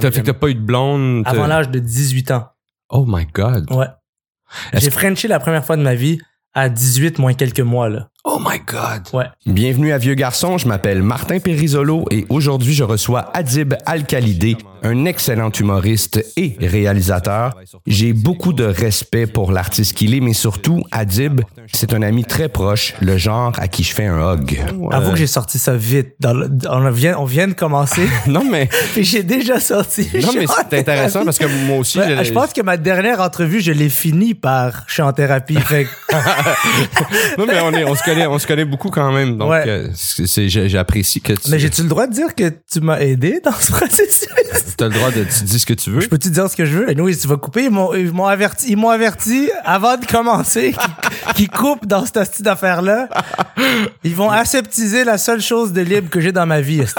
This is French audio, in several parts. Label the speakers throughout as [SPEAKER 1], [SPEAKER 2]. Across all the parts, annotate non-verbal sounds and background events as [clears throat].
[SPEAKER 1] T'as fait que t'as pas eu de blonde. t'as-
[SPEAKER 2] Avant
[SPEAKER 3] euh,
[SPEAKER 2] l'âge de 18 ans.
[SPEAKER 1] Oh my God.
[SPEAKER 2] Ouais.
[SPEAKER 1] Est-ce
[SPEAKER 2] J'ai
[SPEAKER 1] que-
[SPEAKER 2] frenché la première fois de ma vie à 18 moins quelques mois, là.
[SPEAKER 1] Oh my God.
[SPEAKER 2] Ouais.
[SPEAKER 3] Bienvenue à Vieux Garçon, je m'appelle Martin Périsolo et aujourd'hui je reçois Adib Al-Khalidé, un excellent humoriste et réalisateur. J'ai beaucoup de respect pour l'artiste qu'il est, mais surtout Adib, c'est un ami très proche, le genre à qui je fais un hug.
[SPEAKER 2] Avoue que j'ai sorti ça vite. dans le- on, vient, on vient de commencer,
[SPEAKER 3] [laughs] Non
[SPEAKER 2] [laughs]
[SPEAKER 3] mais,
[SPEAKER 2] puis j'ai déjà sorti.
[SPEAKER 3] non, mais
[SPEAKER 2] Genre,
[SPEAKER 3] c'est intéressant parce que moi aussi,
[SPEAKER 2] Ouais,
[SPEAKER 3] je-
[SPEAKER 2] je pense que ma dernière entrevue, je l'ai finie par je suis en thérapie. Fait que-
[SPEAKER 3] non, mais on, est, on, se connaît, on se connaît beaucoup quand même, donc
[SPEAKER 2] Ouais.
[SPEAKER 3] euh, c'est- c'est- j'ai- j'apprécie que tu
[SPEAKER 2] mais j'ai-tu le droit de dire que tu m'as aidé dans ce processus?
[SPEAKER 3] as le droit de tu dis ce que tu veux.
[SPEAKER 2] Je peux-tu dire ce que je veux? Et nous, tu vas couper. Ils m'ont, ils m'ont averti, ils m'ont averti avant de commencer [laughs] qu'ils, qu'ils coupent dans cette astuce d'affaire-là. Ils vont aseptiser la seule chose de libre que j'ai dans ma vie. esti.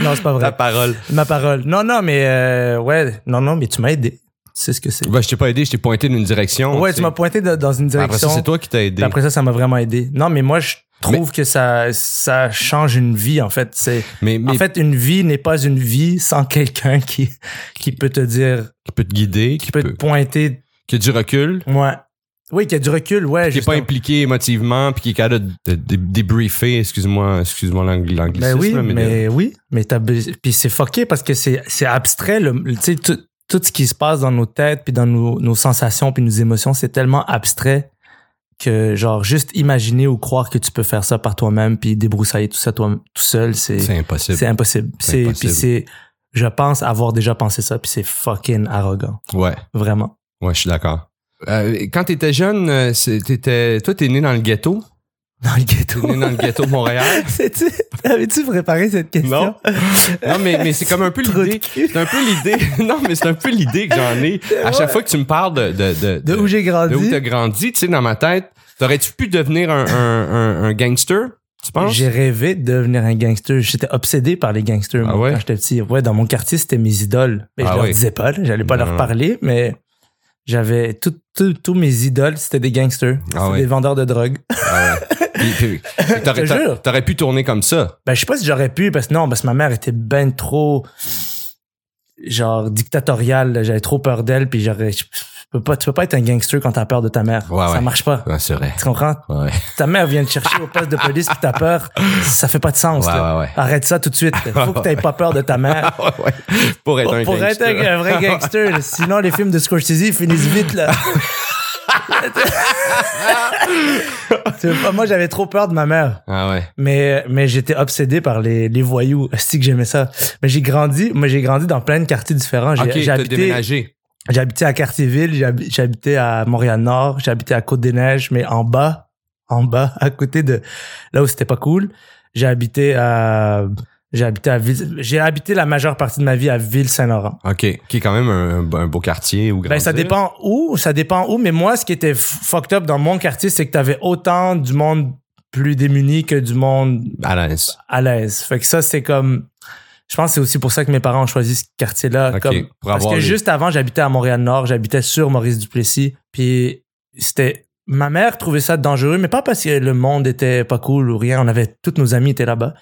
[SPEAKER 2] Non, c'est pas vrai.
[SPEAKER 3] Ta parole.
[SPEAKER 2] Ma parole. Non, non, mais euh, ouais. Non, non, mais tu m'as aidé. C'est ce que c'est.
[SPEAKER 3] Bah, je t'ai pas aidé, je t'ai pointé d'une direction.
[SPEAKER 2] Ouais,
[SPEAKER 3] sais. Ben,
[SPEAKER 2] tu m'as pointé de- dans une
[SPEAKER 3] Après ça,
[SPEAKER 2] direction.
[SPEAKER 3] c'est toi qui t'as aidé.
[SPEAKER 2] Puis Après ça, ça m'a vraiment aidé. Non, mais moi, je trouve que ça, ça change une vie, en fait. C'est,
[SPEAKER 3] Mais, mais
[SPEAKER 2] en fait, une vie n'est pas une vie sans quelqu'un qui, qui peut te dire,
[SPEAKER 3] qui peut te guider, qui,
[SPEAKER 2] qui peut te
[SPEAKER 3] peut,
[SPEAKER 2] pointer.
[SPEAKER 3] qui a du recul,
[SPEAKER 2] Ouais. Oui, qui a du recul, ouais.
[SPEAKER 3] qui est pas
[SPEAKER 2] justement.
[SPEAKER 3] impliqué émotivement, puis qui est capable de, de- de débriefer, excuse-moi, excuse-moi l'ang-
[SPEAKER 2] Ben
[SPEAKER 3] l'anglicisme.
[SPEAKER 2] oui,
[SPEAKER 3] là,
[SPEAKER 2] mais,
[SPEAKER 3] de-
[SPEAKER 2] oui, mais t'as, bes- puis c'est fucké parce que c'est, c'est abstrait, le, le- tu sais, tout, tout ce qui se passe dans nos têtes, puis dans nos, nos sensations, puis nos émotions, c'est tellement abstrait que, genre, juste imaginer ou croire que tu peux faire ça par toi-même, puis débroussailler tout ça toi, tout seul,
[SPEAKER 3] c'est impossible.
[SPEAKER 2] C'est impossible.
[SPEAKER 3] C'est
[SPEAKER 2] C'est
[SPEAKER 3] impossible.
[SPEAKER 2] puis c'est je pense avoir déjà pensé ça puis c'est fucking arrogant,
[SPEAKER 3] Ouais,
[SPEAKER 2] vraiment. [laughs]
[SPEAKER 3] ouais, je suis d'accord. Euh, quand t'étais jeune, euh, c'est- t'étais, toi, t'es né dans le ghetto.
[SPEAKER 2] Dans le
[SPEAKER 3] T'es [laughs]
[SPEAKER 2] ghetto. [laughs]
[SPEAKER 3] né dans le ghetto de Montréal.
[SPEAKER 2] C'est-tu avais-tu préparé cette question
[SPEAKER 3] Non, mais, mais c'est comme un peu
[SPEAKER 2] Trou de
[SPEAKER 3] l'idée.
[SPEAKER 2] cul.
[SPEAKER 3] C'est un peu l'idée. [laughs] Non, mais c'est un peu l'idée que j'en ai. À chaque fois que tu me parles de, de, de,
[SPEAKER 2] De où j'ai grandi
[SPEAKER 3] de où t'as grandi, tu sais, dans ma tête, t'aurais-tu pu devenir un, un, un- un gangster, tu penses?
[SPEAKER 2] J'ai rêvé de devenir un gangster. J'étais obsédé par les gangsters
[SPEAKER 3] Ah
[SPEAKER 2] moi,
[SPEAKER 3] ouais?
[SPEAKER 2] quand j'étais petit. Ouais, dans mon quartier, c'était mes idoles. Mais
[SPEAKER 3] Ah
[SPEAKER 2] je leur
[SPEAKER 3] ouais.
[SPEAKER 2] disais pas, là. j'allais pas
[SPEAKER 3] Non,
[SPEAKER 2] leur
[SPEAKER 3] non.
[SPEAKER 2] parler, mais j'avais tout- tout- tous mes idoles, c'était des gangsters,
[SPEAKER 3] Ah
[SPEAKER 2] C'était
[SPEAKER 3] ouais.
[SPEAKER 2] des vendeurs de drogue.
[SPEAKER 3] Ah ouais. Puis-
[SPEAKER 2] [laughs]
[SPEAKER 3] puis- puis t'aurais-
[SPEAKER 2] Je te jure.
[SPEAKER 3] T'aurais pu tourner comme ça.
[SPEAKER 2] Ben, je sais pas si j'aurais pu, parce que non, parce que ma mère était ben trop, genre, dictatoriale. là. J'avais trop peur d'elle, puis j'aurais, je peux pas, tu peux pas être un gangster quand t'as peur de ta mère.
[SPEAKER 3] Ouais,
[SPEAKER 2] ça
[SPEAKER 3] ouais.
[SPEAKER 2] marche pas.
[SPEAKER 3] Ouais, Ah, c'est vrai.
[SPEAKER 2] Tu comprends?
[SPEAKER 3] Ouais.
[SPEAKER 2] Ta mère vient te chercher au poste de police puis t'as peur. Ça fait pas de sens,
[SPEAKER 3] Ouais,
[SPEAKER 2] là.
[SPEAKER 3] ouais, ouais. [laughs]
[SPEAKER 2] Arrête ça tout de suite. Faut que t'aies pas peur de ta mère.
[SPEAKER 3] Ah ouais. Pour être
[SPEAKER 2] Pour,
[SPEAKER 3] un
[SPEAKER 2] pour être
[SPEAKER 3] gangster.
[SPEAKER 2] un, un vrai gangster. là. Sinon, les films de Scorsese finissent vite,
[SPEAKER 3] [laughs]
[SPEAKER 2] là. Tu vois pas, Moi, j'avais trop peur de ma mère.
[SPEAKER 3] Ah ouais.
[SPEAKER 2] Mais, mais j'étais obsédé par les, les voyous. C'est que j'aimais ça. Mais j'ai grandi, moi j'ai grandi dans plein de quartiers différents. J'ai
[SPEAKER 3] Ok,
[SPEAKER 2] j'ai
[SPEAKER 3] t'as
[SPEAKER 2] habité,
[SPEAKER 3] déménagé.
[SPEAKER 2] j'ai habité à Cartierville, j'ai habi- j'ai habité à Montréal-Nord, j'ai habité à Côte-des-Neiges, mais en bas, en bas, [laughs] à côté de là où c'était pas cool. J'ai habité à, j'ai habité à Ville, j'ai habité la majeure partie de ma vie à Ville-Saint-Laurent.
[SPEAKER 3] Ok. Qui est quand même un, un beau quartier ou
[SPEAKER 2] Ben, ça dépend où, ça dépend où, mais moi, ce qui était f- fucked up dans mon quartier, c'est que t'avais autant du monde plus démuni que du monde
[SPEAKER 3] À l'aise.
[SPEAKER 2] à l'aise. Fait que ça, c'est comme. Je pense que c'est aussi pour ça que mes parents ont choisi ce quartier-là.
[SPEAKER 3] Ok,
[SPEAKER 2] comme,
[SPEAKER 3] pour
[SPEAKER 2] parce
[SPEAKER 3] avoir
[SPEAKER 2] que
[SPEAKER 3] les-
[SPEAKER 2] juste avant, j'habitais à Montréal-Nord, j'habitais sur Maurice Duplessis. Puis c'était. Ma mère trouvait ça dangereux, mais pas parce que le monde était pas cool ou rien. On avait. Toutes nos amis étaient là-bas.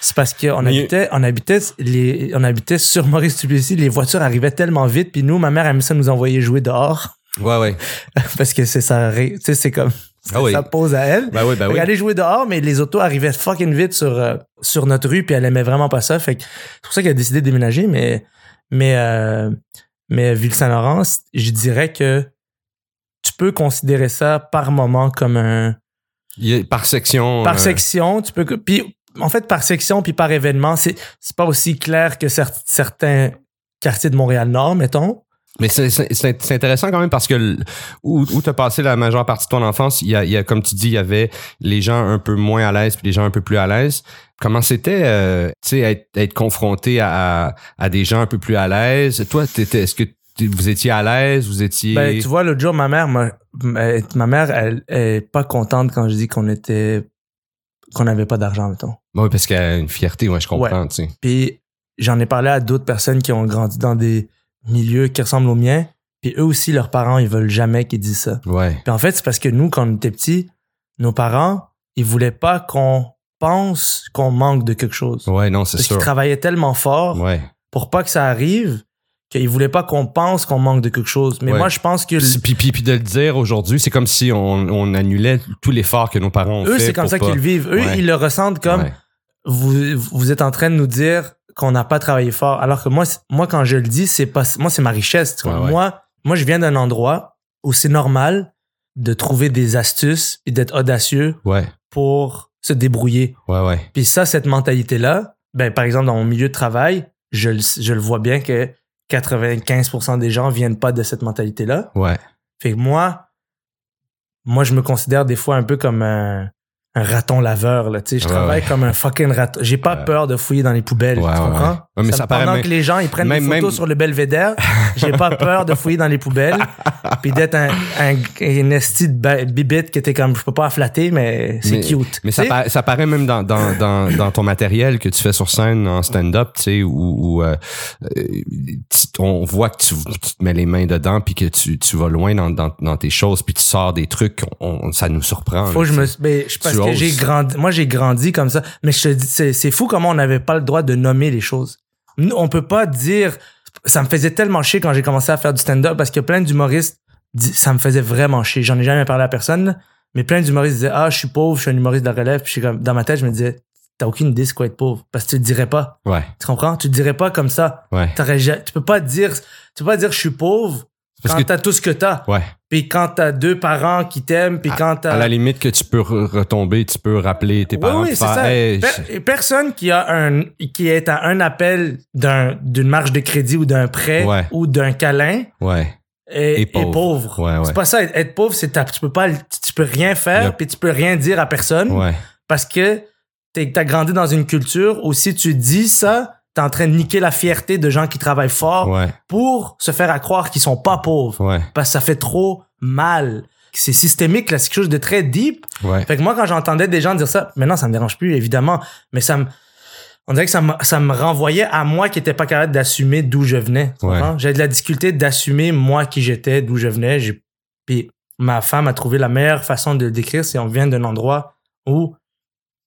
[SPEAKER 2] C'est parce qu'on
[SPEAKER 3] Mais-
[SPEAKER 2] habitait, on habitait, les, on habitait sur Maurice Duplessis. Les voitures arrivaient tellement vite. Puis nous, ma mère aimait ça nous envoyer jouer dehors. [laughs]
[SPEAKER 3] Ouais, ouais.
[SPEAKER 2] parce que c'est ça. Tu sais, c'est comme.
[SPEAKER 3] Ah oui.
[SPEAKER 2] Ça pose à elle.
[SPEAKER 3] Ben oui, ben
[SPEAKER 2] Elle
[SPEAKER 3] oui.
[SPEAKER 2] allait jouer dehors, mais les autos arrivaient fucking vite sur, euh, sur notre rue, puis elle aimait vraiment pas ça. Fait que c'est pour ça qu'elle a décidé de déménager, mais, mais, euh, mais Ville-Saint-Laurent, c- je dirais que tu peux considérer ça par moment comme un.
[SPEAKER 3] Il y a- par section.
[SPEAKER 2] Par
[SPEAKER 3] euh,
[SPEAKER 2] section, tu peux. que- Puis, en fait, par section, puis par événement, c'est c'est pas aussi clair que cer- certains quartiers de Montréal-Nord, mettons.
[SPEAKER 3] Mais c'est- c'est c'est- c'est intéressant quand même parce que le- où, où t'as passé la majeure partie de ton enfance, il y a, il y a, comme tu dis, il y avait les gens un peu moins à l'aise puis les gens un peu plus à l'aise. Comment c'était, euh, tu sais, être, être confronté à, à, à des gens un peu plus à l'aise? Toi, t'étais, est-ce que t'es- vous étiez à l'aise? Vous étiez...
[SPEAKER 2] Ben, tu vois, l'autre jour, ma mère, m'a- m'a- ma mère, elle, elle est pas contente quand je dis qu'on était. qu'on n'avait pas d'argent, mettons.
[SPEAKER 3] Ouais, parce qu'elle a une fierté, ouais, je comprends, tu sais.
[SPEAKER 2] Puis j'en ai parlé à d'autres personnes qui ont grandi dans des milieux qui ressemblent aux miens. Puis eux aussi, leurs parents, ils veulent jamais qu'ils disent ça.
[SPEAKER 3] Ouais.
[SPEAKER 2] Puis en fait, c'est parce que nous, quand on était petits, nos parents, ils voulaient pas qu'on pense qu'on manque de quelque chose.
[SPEAKER 3] Ouais, non, c'est
[SPEAKER 2] Parce qu'ils
[SPEAKER 3] sûr.
[SPEAKER 2] travaillaient tellement fort
[SPEAKER 3] Ouais.
[SPEAKER 2] pour pas que ça arrive qu'ils voulaient pas qu'on pense qu'on manque de quelque chose. Mais
[SPEAKER 3] Ouais.
[SPEAKER 2] moi, je pense que
[SPEAKER 3] Puis, puis, puis- puis de le dire aujourd'hui, c'est comme si on, on annulait tout l'effort que nos parents ont fait.
[SPEAKER 2] eux, c'est comme
[SPEAKER 3] pour
[SPEAKER 2] ça
[SPEAKER 3] pas-
[SPEAKER 2] qu'ils le vivent. Eux,
[SPEAKER 3] Ouais.
[SPEAKER 2] ils le ressentent comme
[SPEAKER 3] Ouais.
[SPEAKER 2] vous, vous êtes en train de nous dire qu'on n'a pas travaillé fort. Alors que moi, c'est- moi quand je le dis, c'est pas, moi, c'est ma richesse. tu vois.
[SPEAKER 3] Ouais, ouais.
[SPEAKER 2] Moi, moi, je viens d'un endroit où c'est normal de trouver des astuces et d'être audacieux
[SPEAKER 3] Ouais,
[SPEAKER 2] pour se débrouiller.
[SPEAKER 3] ouais, ouais.
[SPEAKER 2] Puis ça, cette mentalité-là, ben, par exemple, dans mon milieu de travail, je, le- je le vois bien que 95% des gens viennent pas de cette mentalité-là.
[SPEAKER 3] Ouais.
[SPEAKER 2] Fait que moi, moi, je me considère des fois un peu comme un, un raton laveur, là. Tu sais, je
[SPEAKER 3] Ouais,
[SPEAKER 2] travaille
[SPEAKER 3] ouais.
[SPEAKER 2] comme un fucking raton. J'ai pas
[SPEAKER 3] Ouais.
[SPEAKER 2] peur de fouiller dans les poubelles,
[SPEAKER 3] Ouais,
[SPEAKER 2] tu
[SPEAKER 3] ouais,
[SPEAKER 2] comprends?
[SPEAKER 3] ouais. Ouais, mais ça paraît
[SPEAKER 2] pendant
[SPEAKER 3] même-
[SPEAKER 2] que les gens, ils prennent
[SPEAKER 3] même-
[SPEAKER 2] des photos
[SPEAKER 3] même-
[SPEAKER 2] sur le belvédère, j'ai pas peur de fouiller dans les poubelles.
[SPEAKER 3] [laughs]
[SPEAKER 2] puis d'être un, un, une esti de ba- bibite qui était comme, je peux pas la flatter, mais c'est
[SPEAKER 3] Mais-
[SPEAKER 2] cute.
[SPEAKER 3] Mais ça,
[SPEAKER 2] Tu sais?
[SPEAKER 3] para- ça paraît même dans, dans, dans, dans ton matériel que tu fais sur scène en stand-up, tu sais, où, où, euh, euh, tu- on voit que tu, tu te mets les mains dedans puis que tu, tu vas loin dans, dans, dans tes choses puis tu sors des trucs, on, ça nous surprend.
[SPEAKER 2] Faut que
[SPEAKER 3] là,
[SPEAKER 2] je me,
[SPEAKER 3] tu sais.
[SPEAKER 2] mais je, parce
[SPEAKER 3] Ah, Tu
[SPEAKER 2] que
[SPEAKER 3] oses.
[SPEAKER 2] j'ai grandi, moi j'ai grandi comme ça. Mais je te dis, c'est, c'est fou comment on n'avait pas le droit de nommer les choses. Nous, On peut pas dire, ça me faisait tellement chier quand j'ai commencé à faire du stand-up parce que plein d'humoristes, dis- ça me faisait vraiment chier. J'en ai jamais parlé à personne, mais plein d'humoristes disaient, ah, je suis pauvre, je suis un humoriste de la relève. Puis je suis comme, dans ma tête, je me disais, t'as aucune idée c'est quoi être pauvre parce que tu le dirais pas.
[SPEAKER 3] Ouais,
[SPEAKER 2] Tu comprends? Tu le dirais pas comme ça.
[SPEAKER 3] ouais.
[SPEAKER 2] T'aurais ja- tu peux pas dire, tu peux pas dire, je suis pauvre
[SPEAKER 3] Parce
[SPEAKER 2] quand
[SPEAKER 3] que-
[SPEAKER 2] t'as tout ce que t'as.
[SPEAKER 3] Ouais.
[SPEAKER 2] Puis quand t'as deux parents qui t'aiment, puis quand t'as...
[SPEAKER 3] À la limite que tu peux re- retomber, tu peux rappeler tes
[SPEAKER 2] Oui,
[SPEAKER 3] parents.
[SPEAKER 2] oui,
[SPEAKER 3] puis
[SPEAKER 2] c'est
[SPEAKER 3] faire,
[SPEAKER 2] ça. Ben
[SPEAKER 3] Hey,
[SPEAKER 2] Per- personne qui a un qui est à un appel d'un d'une marge de crédit ou d'un prêt
[SPEAKER 3] Ouais.
[SPEAKER 2] ou d'un câlin
[SPEAKER 3] je- Ouais.
[SPEAKER 2] est,
[SPEAKER 3] Et
[SPEAKER 2] est pauvre.
[SPEAKER 3] pauvre. Ouais, ouais.
[SPEAKER 2] C'est pas ça être, être pauvre, c'est ta- tu peux pas le- tu peux rien
[SPEAKER 3] Le-
[SPEAKER 2] faire puis tu peux rien dire à personne
[SPEAKER 3] Ouais.
[SPEAKER 2] parce que t'es- t'as grandi dans une culture où si tu dis ça, t'es en train de niquer la fierté de gens qui travaillent fort
[SPEAKER 3] Ouais.
[SPEAKER 2] pour se faire à croire qu'ils sont pas pauvres
[SPEAKER 3] Ouais.
[SPEAKER 2] parce que ça fait trop mal. C'est systémique, là, c'est quelque chose de très deep
[SPEAKER 3] Ouais.
[SPEAKER 2] fait que moi, quand j'entendais des gens dire ça, maintenant, ça me dérange plus, évidemment, mais ça me, on dirait que ça me, ça me renvoyait à moi qui n'étais pas capable d'assumer d'où je venais. tu
[SPEAKER 3] Ouais.
[SPEAKER 2] comprends? J'avais de la difficulté d'assumer moi qui j'étais, d'où je venais. J'ai- Puis ma femme a trouvé la meilleure façon de le décrire, c'est on vient d'un endroit où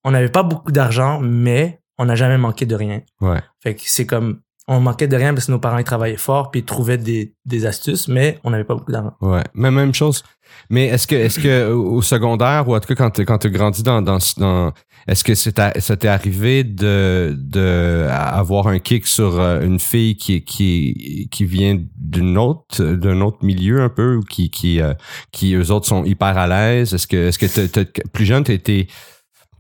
[SPEAKER 2] on n'avait pas beaucoup d'argent, mais on n'a jamais manqué de rien.
[SPEAKER 3] Ouais.
[SPEAKER 2] Fait que c'est comme, on manquait de rien parce que nos parents ils travaillaient fort puis ils trouvaient des, des astuces, mais on n'avait pas beaucoup d'argent.
[SPEAKER 3] Ouais, même même chose. Mais est-ce que est-ce que au au secondaire ou en tout cas quand t'es- quand tu grandi dans dans, dans- est-ce que c'est à- ça t'est arrivé de de à- avoir un kick sur euh, une fille qui qui qui vient d'une autre d'un autre milieu un peu ou qui qui euh, qui eux autres sont hyper à l'aise Est-ce que est-ce que t'as- t'as- plus jeune t'as été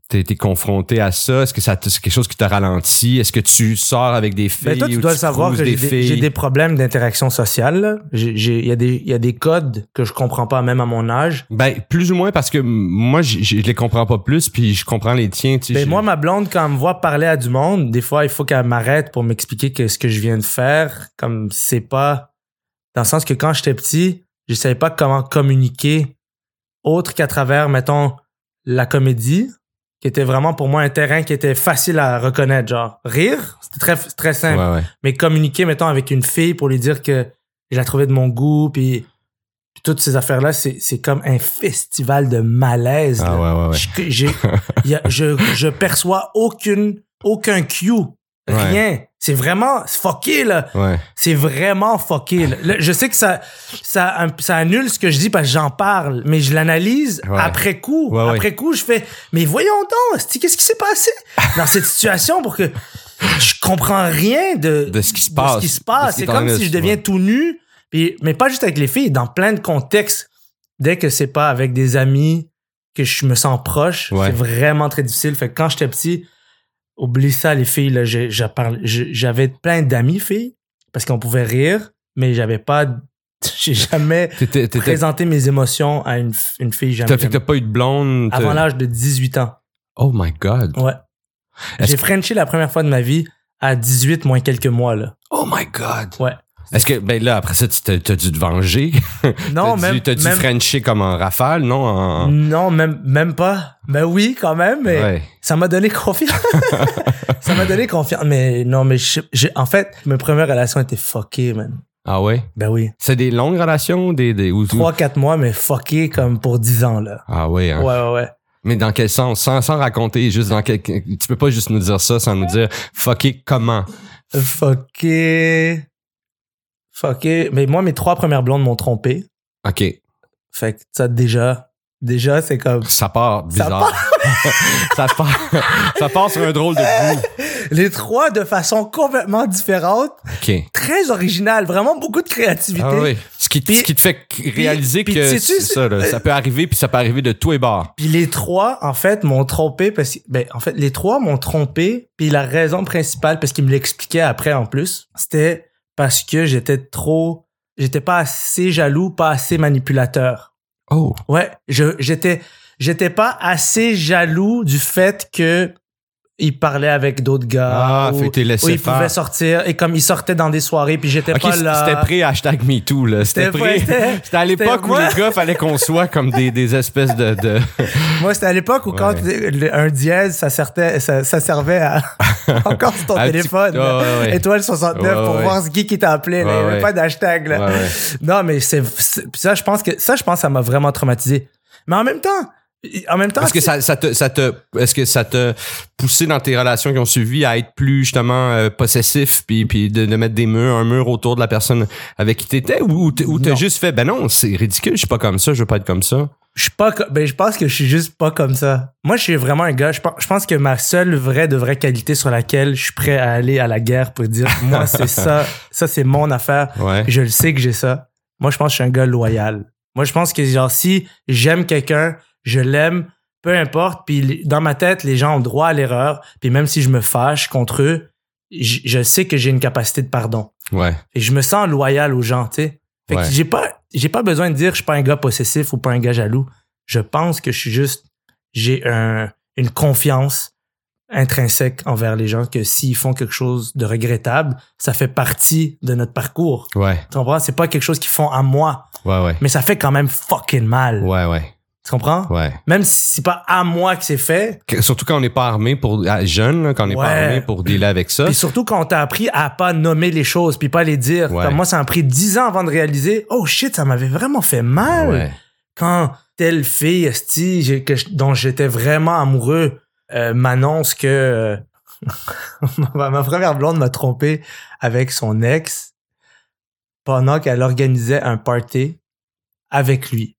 [SPEAKER 3] t'as été confronté à ça Est-ce que ça t- c'est quelque chose qui t'a ralenti Est-ce que tu sors avec des filles
[SPEAKER 2] Mais Ben, toi, tu
[SPEAKER 3] ou
[SPEAKER 2] dois le savoir
[SPEAKER 3] croises
[SPEAKER 2] que j'ai
[SPEAKER 3] des
[SPEAKER 2] des,
[SPEAKER 3] filles
[SPEAKER 2] j'ai des problèmes d'interaction sociale. là. J'ai- j'ai- Il y, a des- il y a des codes que je comprends pas, même à mon âge.
[SPEAKER 3] Ben, plus ou moins parce que m- moi, j- j- je les comprends pas plus, puis je comprends les tiens. tu sais,
[SPEAKER 2] Mais
[SPEAKER 3] j'ai-
[SPEAKER 2] Ben, moi, ma blonde, quand elle me voit parler à du monde, des fois, il faut qu'elle m'arrête pour m'expliquer que ce que je viens de faire, comme c'est pas... Dans le sens que quand j'étais petit, je savais pas comment communiquer autre qu'à travers, mettons, la comédie, qui était vraiment pour moi un terrain qui était facile à reconnaître. Genre, rire, c'était très, très simple.
[SPEAKER 3] Ouais, ouais.
[SPEAKER 2] mais communiquer mettons avec une fille pour lui dire que je la trouvais de mon goût puis, puis toutes ces affaires là c'est c'est comme un festival de malaise
[SPEAKER 3] Ah,
[SPEAKER 2] là.
[SPEAKER 3] ouais, ouais, ouais.
[SPEAKER 2] Je, j'ai- il y a- je je perçois aucune aucun cue rien c'est vraiment c'est fucké là
[SPEAKER 3] Ouais,
[SPEAKER 2] c'est vraiment fucké là. Là, je sais que ça ça ça annule ce que je dis parce que j'en parle mais je l'analyse
[SPEAKER 3] Ouais.
[SPEAKER 2] après coup
[SPEAKER 3] Ouais, ouais.
[SPEAKER 2] après coup je fais mais voyons donc esti, qu'est-ce qui s'est passé dans cette situation pour que je comprends rien de
[SPEAKER 3] De ce qui se
[SPEAKER 2] de
[SPEAKER 3] passe.
[SPEAKER 2] ce qui se passe.
[SPEAKER 3] De ce qui
[SPEAKER 2] C'est
[SPEAKER 3] est en
[SPEAKER 2] comme
[SPEAKER 3] train de
[SPEAKER 2] si
[SPEAKER 3] se-
[SPEAKER 2] je deviens
[SPEAKER 3] ouais.
[SPEAKER 2] tout nu, puis, mais pas juste avec les filles, dans plein de contextes. Dès que c'est pas avec des amis que je me sens proche,
[SPEAKER 3] Ouais.
[SPEAKER 2] c'est vraiment très difficile. Fait que quand j'étais petit, oublie ça, les filles, là, j'ai- j'ai parlé- j'ai- j'avais plein d'amis filles, parce qu'on pouvait rire, mais j'avais pas, [laughs] j'ai jamais
[SPEAKER 3] T'étais- t'étais-
[SPEAKER 2] présenté mes émotions à une, f- une fille, jamais.
[SPEAKER 1] T'as fait que
[SPEAKER 2] jamais.
[SPEAKER 1] t'as pas eu de blonde. t'as-
[SPEAKER 3] euh,
[SPEAKER 2] Avant l'âge de 18 ans.
[SPEAKER 1] Oh my god.
[SPEAKER 2] Ouais.
[SPEAKER 3] Est-ce
[SPEAKER 2] J'ai frenché la première fois de ma vie à 18 moins quelques mois, là.
[SPEAKER 1] Oh my god.
[SPEAKER 2] Ouais.
[SPEAKER 3] Est-ce que, ben là, après ça, tu t'as t'as dû te venger?
[SPEAKER 2] Non,
[SPEAKER 3] t'as
[SPEAKER 2] même,
[SPEAKER 3] dû, t'as dû
[SPEAKER 2] même-
[SPEAKER 3] frencher comme en rafale, non? En- en-
[SPEAKER 2] Non, même, même pas. Ben oui, quand même, mais
[SPEAKER 3] Hein. Ouais.
[SPEAKER 2] ça m'a donné
[SPEAKER 3] [laughs]
[SPEAKER 2] confiance. ça m'a donné confiance. Mais non, mais je- j'ai, en fait, mes premières relations étaient fuckées, man.
[SPEAKER 3] Ah ouais?
[SPEAKER 2] Ben oui.
[SPEAKER 3] C'est des longues relations? Des, des, ou- ou-
[SPEAKER 2] Trois, quatre mois, mais fuckées comme pour dix ans, là.
[SPEAKER 3] Ah ouais, hein?
[SPEAKER 2] Ouais, ouais, ouais.
[SPEAKER 3] Mais dans quel sens? Sans, sans raconter, juste dans quel. Tu peux pas juste nous dire ça sans nous dire, fucké, comment?
[SPEAKER 2] Fuckées. Fucké. Mais moi, mes trois premières blondes m'ont trompé.
[SPEAKER 3] OK.
[SPEAKER 2] Fait que ça, déjà, déjà, c'est comme.
[SPEAKER 3] Ça part
[SPEAKER 2] Ça
[SPEAKER 3] bizarre. [laughs] Ça part, ça part, sur un drôle de bout.
[SPEAKER 2] Euh, Les trois de façon complètement différente,
[SPEAKER 3] OK.
[SPEAKER 2] très originale, vraiment beaucoup de créativité.
[SPEAKER 3] Ah oui. Ce qui, te-
[SPEAKER 2] Puis-
[SPEAKER 3] ce qui te fait c- réaliser
[SPEAKER 2] puis
[SPEAKER 3] que
[SPEAKER 2] sais-tu,
[SPEAKER 3] c'est
[SPEAKER 2] c'est-
[SPEAKER 3] ça, là. ça peut arriver, puis ça peut arriver de tous les bords.
[SPEAKER 2] Puis les trois, en fait, m'ont trompé parce que, ben, en fait, les trois m'ont trompé. Puis la raison principale, parce qu'ils me l'expliquaient après en plus, c'était parce que j'étais trop, j'étais pas assez jaloux, pas assez manipulateur.
[SPEAKER 1] Oh.
[SPEAKER 2] Ouais, je, j'étais, j'étais pas assez jaloux du fait que il parlait avec d'autres gars.
[SPEAKER 3] Ah,
[SPEAKER 2] ou-
[SPEAKER 3] fait que t'es
[SPEAKER 2] où
[SPEAKER 3] laissé
[SPEAKER 2] oh. il pouvait
[SPEAKER 3] faire.
[SPEAKER 2] sortir et comme il sortait dans des soirées puis j'étais
[SPEAKER 3] Ok,
[SPEAKER 2] pas
[SPEAKER 3] c-
[SPEAKER 2] là
[SPEAKER 3] c'était pré-hashtag MeToo, là. C'était
[SPEAKER 2] C'était-
[SPEAKER 3] pré...
[SPEAKER 2] [laughs] c'était-
[SPEAKER 3] [laughs] C'était à l'époque où
[SPEAKER 2] moi.
[SPEAKER 3] les gars, fallait qu'on soit comme des, des espèces de... de...
[SPEAKER 2] moi c'était à l'époque où
[SPEAKER 3] Ouais.
[SPEAKER 2] quand le- le- un dièse ça servait ça, ça servait à
[SPEAKER 3] [laughs]
[SPEAKER 2] encore sur ton
[SPEAKER 3] à un petit-
[SPEAKER 2] téléphone
[SPEAKER 3] Ouais, Ah, ouais, ouais.
[SPEAKER 2] étoile 69
[SPEAKER 3] Ouais,
[SPEAKER 2] pour
[SPEAKER 3] ouais.
[SPEAKER 2] voir ce qui qui t'appelait là. il y
[SPEAKER 3] Ouais,
[SPEAKER 2] avait
[SPEAKER 3] ouais.
[SPEAKER 2] pas d'hashtag là.
[SPEAKER 3] Ouais, ouais.
[SPEAKER 2] non mais c'est c'est- puis ça je pense que ça je pense que ça m'a vraiment traumatisé mais en même temps en même temps
[SPEAKER 3] Parce que
[SPEAKER 2] c'est-
[SPEAKER 3] ça, ça te, ça te, est-ce que ça te poussé dans tes relations qui ont suivi à être plus justement euh, possessif, puis puis de, de mettre des murs, un mur autour de la personne avec qui t'étais, ou ou t'es- ou t'as
[SPEAKER 2] Non.
[SPEAKER 3] juste fait, ben non, c'est ridicule, je suis pas comme ça, je veux pas être comme ça.
[SPEAKER 2] je suis pas co- ben je pense que je suis juste pas comme ça moi je suis vraiment un gars je pense, je pense que ma seule vraie de vraie qualité sur laquelle je suis prêt à aller à la guerre pour dire
[SPEAKER 3] [laughs]
[SPEAKER 2] moi c'est ça ça c'est mon affaire
[SPEAKER 3] Ouais.
[SPEAKER 2] je le sais que j'ai ça. Moi, je pense que je suis un gars loyal. Moi, je pense que genre si j'aime quelqu'un, je l'aime, peu importe. Puis les- dans ma tête, les gens ont droit à l'erreur. Puis même si je me fâche contre eux, je, je sais que j'ai une capacité de pardon.
[SPEAKER 3] Ouais.
[SPEAKER 2] Et je me sens loyal aux gens, tu sais. Fait
[SPEAKER 3] Ouais.
[SPEAKER 2] que j'ai pas, j'ai pas besoin de dire je suis pas un gars possessif ou pas un gars jaloux. Je pense que je suis juste, j'ai un- une confiance intrinsèque envers les gens que s'ils font quelque chose de regrettable, ça fait partie de notre parcours.
[SPEAKER 3] Ouais.
[SPEAKER 2] Tu comprends? C'est pas quelque chose qu'ils font à moi,
[SPEAKER 3] Ouais, ouais.
[SPEAKER 2] mais ça fait quand même fucking mal.
[SPEAKER 3] Ouais, ouais.
[SPEAKER 2] Tu comprends?
[SPEAKER 3] Ouais.
[SPEAKER 2] Même si c'est pas à moi que c'est fait,
[SPEAKER 3] Que- Surtout quand on n'est pas armé pour, à- jeune, là, quand on n'est pas
[SPEAKER 2] Ouais.
[SPEAKER 3] armé pour dealer avec ça.
[SPEAKER 2] puis surtout quand t'as appris à pas nommer les choses puis pas les dire.
[SPEAKER 3] Ouais.
[SPEAKER 2] Comme moi, ça m'a pris dix ans avant de réaliser, oh shit, ça m'avait vraiment fait mal.
[SPEAKER 3] Ouais.
[SPEAKER 2] Quand telle fille, esti, j'ai- que je- dont j'étais vraiment amoureux, euh, m'annonce que euh, [laughs] ma ma première blonde m'a trompé avec son ex pendant qu'elle organisait un party avec lui.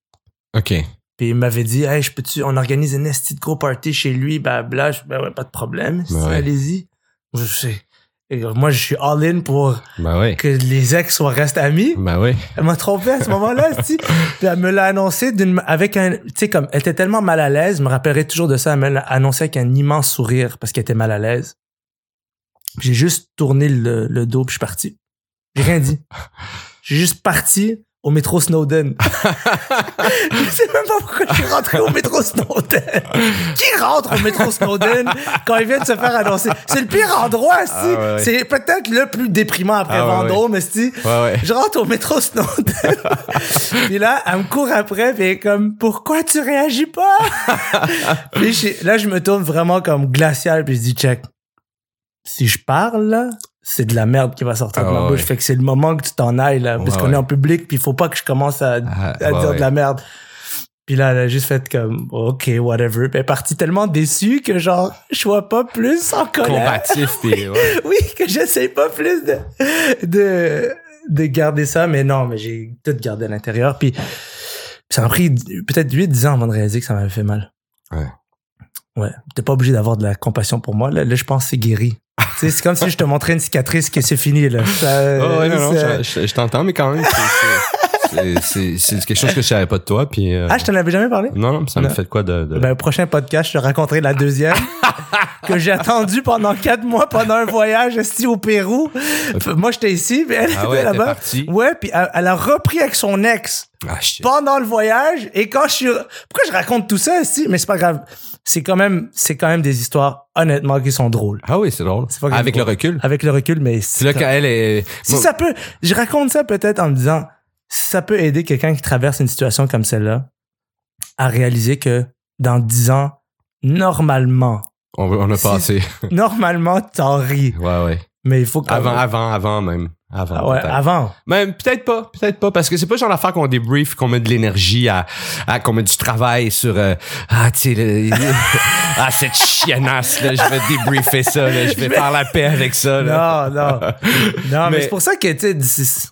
[SPEAKER 3] OK.
[SPEAKER 2] Puis il m'avait dit, hey, je peux-tu, on organise un esti de gros party chez lui, bah, bla, je, ben ouais, pas de problème, si,
[SPEAKER 3] ouais.
[SPEAKER 2] allez-y. Je sais. Et euh, Moi, je suis all-in pour
[SPEAKER 3] Ben ouais.
[SPEAKER 2] que les ex soient restent amis.
[SPEAKER 3] Ben ouais.
[SPEAKER 2] Elle m'a trompé à ce moment-là,
[SPEAKER 3] [laughs]
[SPEAKER 2] si. Puis elle me l'a annoncé d'une, avec un, tu sais, comme, elle était tellement mal à l'aise, je me rappellerai toujours de ça, elle me l'a annoncé avec un immense sourire parce qu'elle était mal à l'aise. J'ai juste tourné le, le dos puis je suis parti. J'ai rien dit. J'ai juste parti au
[SPEAKER 3] [laughs]
[SPEAKER 2] métro Snowden. je sais même pas pourquoi je suis rentré au métro Snowden. Qui rentre au métro Snowden quand il vient de se faire annoncer? C'est le pire endroit, si.
[SPEAKER 3] Ah ouais, ouais.
[SPEAKER 2] C'est peut-être le plus déprimant après
[SPEAKER 3] Ah ouais, ouais.
[SPEAKER 2] Vendôme, si.
[SPEAKER 3] Ouais, ouais.
[SPEAKER 2] Je rentre au métro Snowden.
[SPEAKER 3] [laughs]
[SPEAKER 2] puis là, elle me court après, puis elle est comme, pourquoi tu
[SPEAKER 3] [laughs]
[SPEAKER 2] réagis pas? puis je- là, je me tourne vraiment comme glacial, puis je dis, check, si je parle, là, c'est de la merde qui va sortir de
[SPEAKER 3] Ah
[SPEAKER 2] ma
[SPEAKER 3] ouais,
[SPEAKER 2] bouche.
[SPEAKER 3] ouais.
[SPEAKER 2] Fait que c'est le moment que tu t'en ailles, là, parce
[SPEAKER 3] Ouais,
[SPEAKER 2] qu'on
[SPEAKER 3] ouais.
[SPEAKER 2] est en public, puis il faut pas que je commence à,
[SPEAKER 3] Ah,
[SPEAKER 2] à
[SPEAKER 3] ouais,
[SPEAKER 2] dire
[SPEAKER 3] ouais.
[SPEAKER 2] de la merde. Puis là, elle a juste fait comme, OK, whatever. Puis elle est partie tellement déçue que genre, je sois pas plus en colère
[SPEAKER 3] Combatif, pis ouais.
[SPEAKER 2] [laughs] oui, que j'essaie pas plus de, de, de garder ça, mais non, mais j'ai tout gardé à l'intérieur. Puis ça m'a pris peut-être 8-10 ans avant de réaliser que ça m'avait fait mal.
[SPEAKER 3] Ouais.
[SPEAKER 2] Ouais. T'es pas obligé d'avoir de la compassion pour moi. Là, là, je pense que c'est guéri.
[SPEAKER 3] Ah.
[SPEAKER 2] Tu sais, c'est comme si je te montrais une cicatrice que c'est fini. Là. Ça,
[SPEAKER 3] [laughs] Oh, ouais, non, non,
[SPEAKER 2] ça-
[SPEAKER 3] je, je- je t'entends, mais quand même, c'est- c'est- c'est c'est- c'est quelque chose que je savais pas de toi, puis euh,
[SPEAKER 2] Ah, je t'en avais jamais parlé?
[SPEAKER 3] non, non, ça me
[SPEAKER 2] Non.
[SPEAKER 3] fait de quoi de... de-
[SPEAKER 2] Ben, au prochain podcast, je te raconterai
[SPEAKER 3] [laughs]
[SPEAKER 2] la deuxième que j'ai attendue pendant quatre mois pendant un voyage ici au Pérou. Moi, j'étais ici, mais elle
[SPEAKER 3] ah
[SPEAKER 2] était
[SPEAKER 3] ouais, t'es
[SPEAKER 2] là-bas.
[SPEAKER 3] parti.
[SPEAKER 2] Ouais, puis elle, elle a repris avec son ex
[SPEAKER 3] Ah, shit.
[SPEAKER 2] pendant le voyage et quand je suis pourquoi je raconte tout ça si mais c'est pas grave. C'est quand même c'est quand même des histoires honnêtement qui sont drôles
[SPEAKER 3] Ah oui, c'est drôle.
[SPEAKER 2] C'est pas grave.
[SPEAKER 3] Avec le recul.
[SPEAKER 2] avec le recul mais
[SPEAKER 3] C'est
[SPEAKER 2] c'est
[SPEAKER 3] là qu'elle est...
[SPEAKER 2] si ça peut je raconte ça peut-être en me disant si ça peut aider quelqu'un qui traverse une situation comme celle-là à réaliser que dans 10 ans
[SPEAKER 3] [laughs]
[SPEAKER 2] normalement
[SPEAKER 3] on, on a
[SPEAKER 2] Si-
[SPEAKER 3] passé.
[SPEAKER 2] normalement t'en ris
[SPEAKER 3] Ouais, ouais.
[SPEAKER 2] mais il faut que
[SPEAKER 3] Avant, avant, avant même. Avant.
[SPEAKER 2] Ah ouais,
[SPEAKER 3] peut-être.
[SPEAKER 2] avant
[SPEAKER 3] Même peut-être pas, peut-être pas, parce que c'est pas le genre d'affaire qu'on débrief, qu'on met de l'énergie à, à qu'on met du travail sur euh, ah tu sais le- [laughs] ah cette chiennasse là, je vais débriefer ça, là, je vais faire la paix avec ça. Là. [laughs]
[SPEAKER 2] non non non mais,
[SPEAKER 3] Mais-
[SPEAKER 2] c'est pour ça que tu sais d'ici-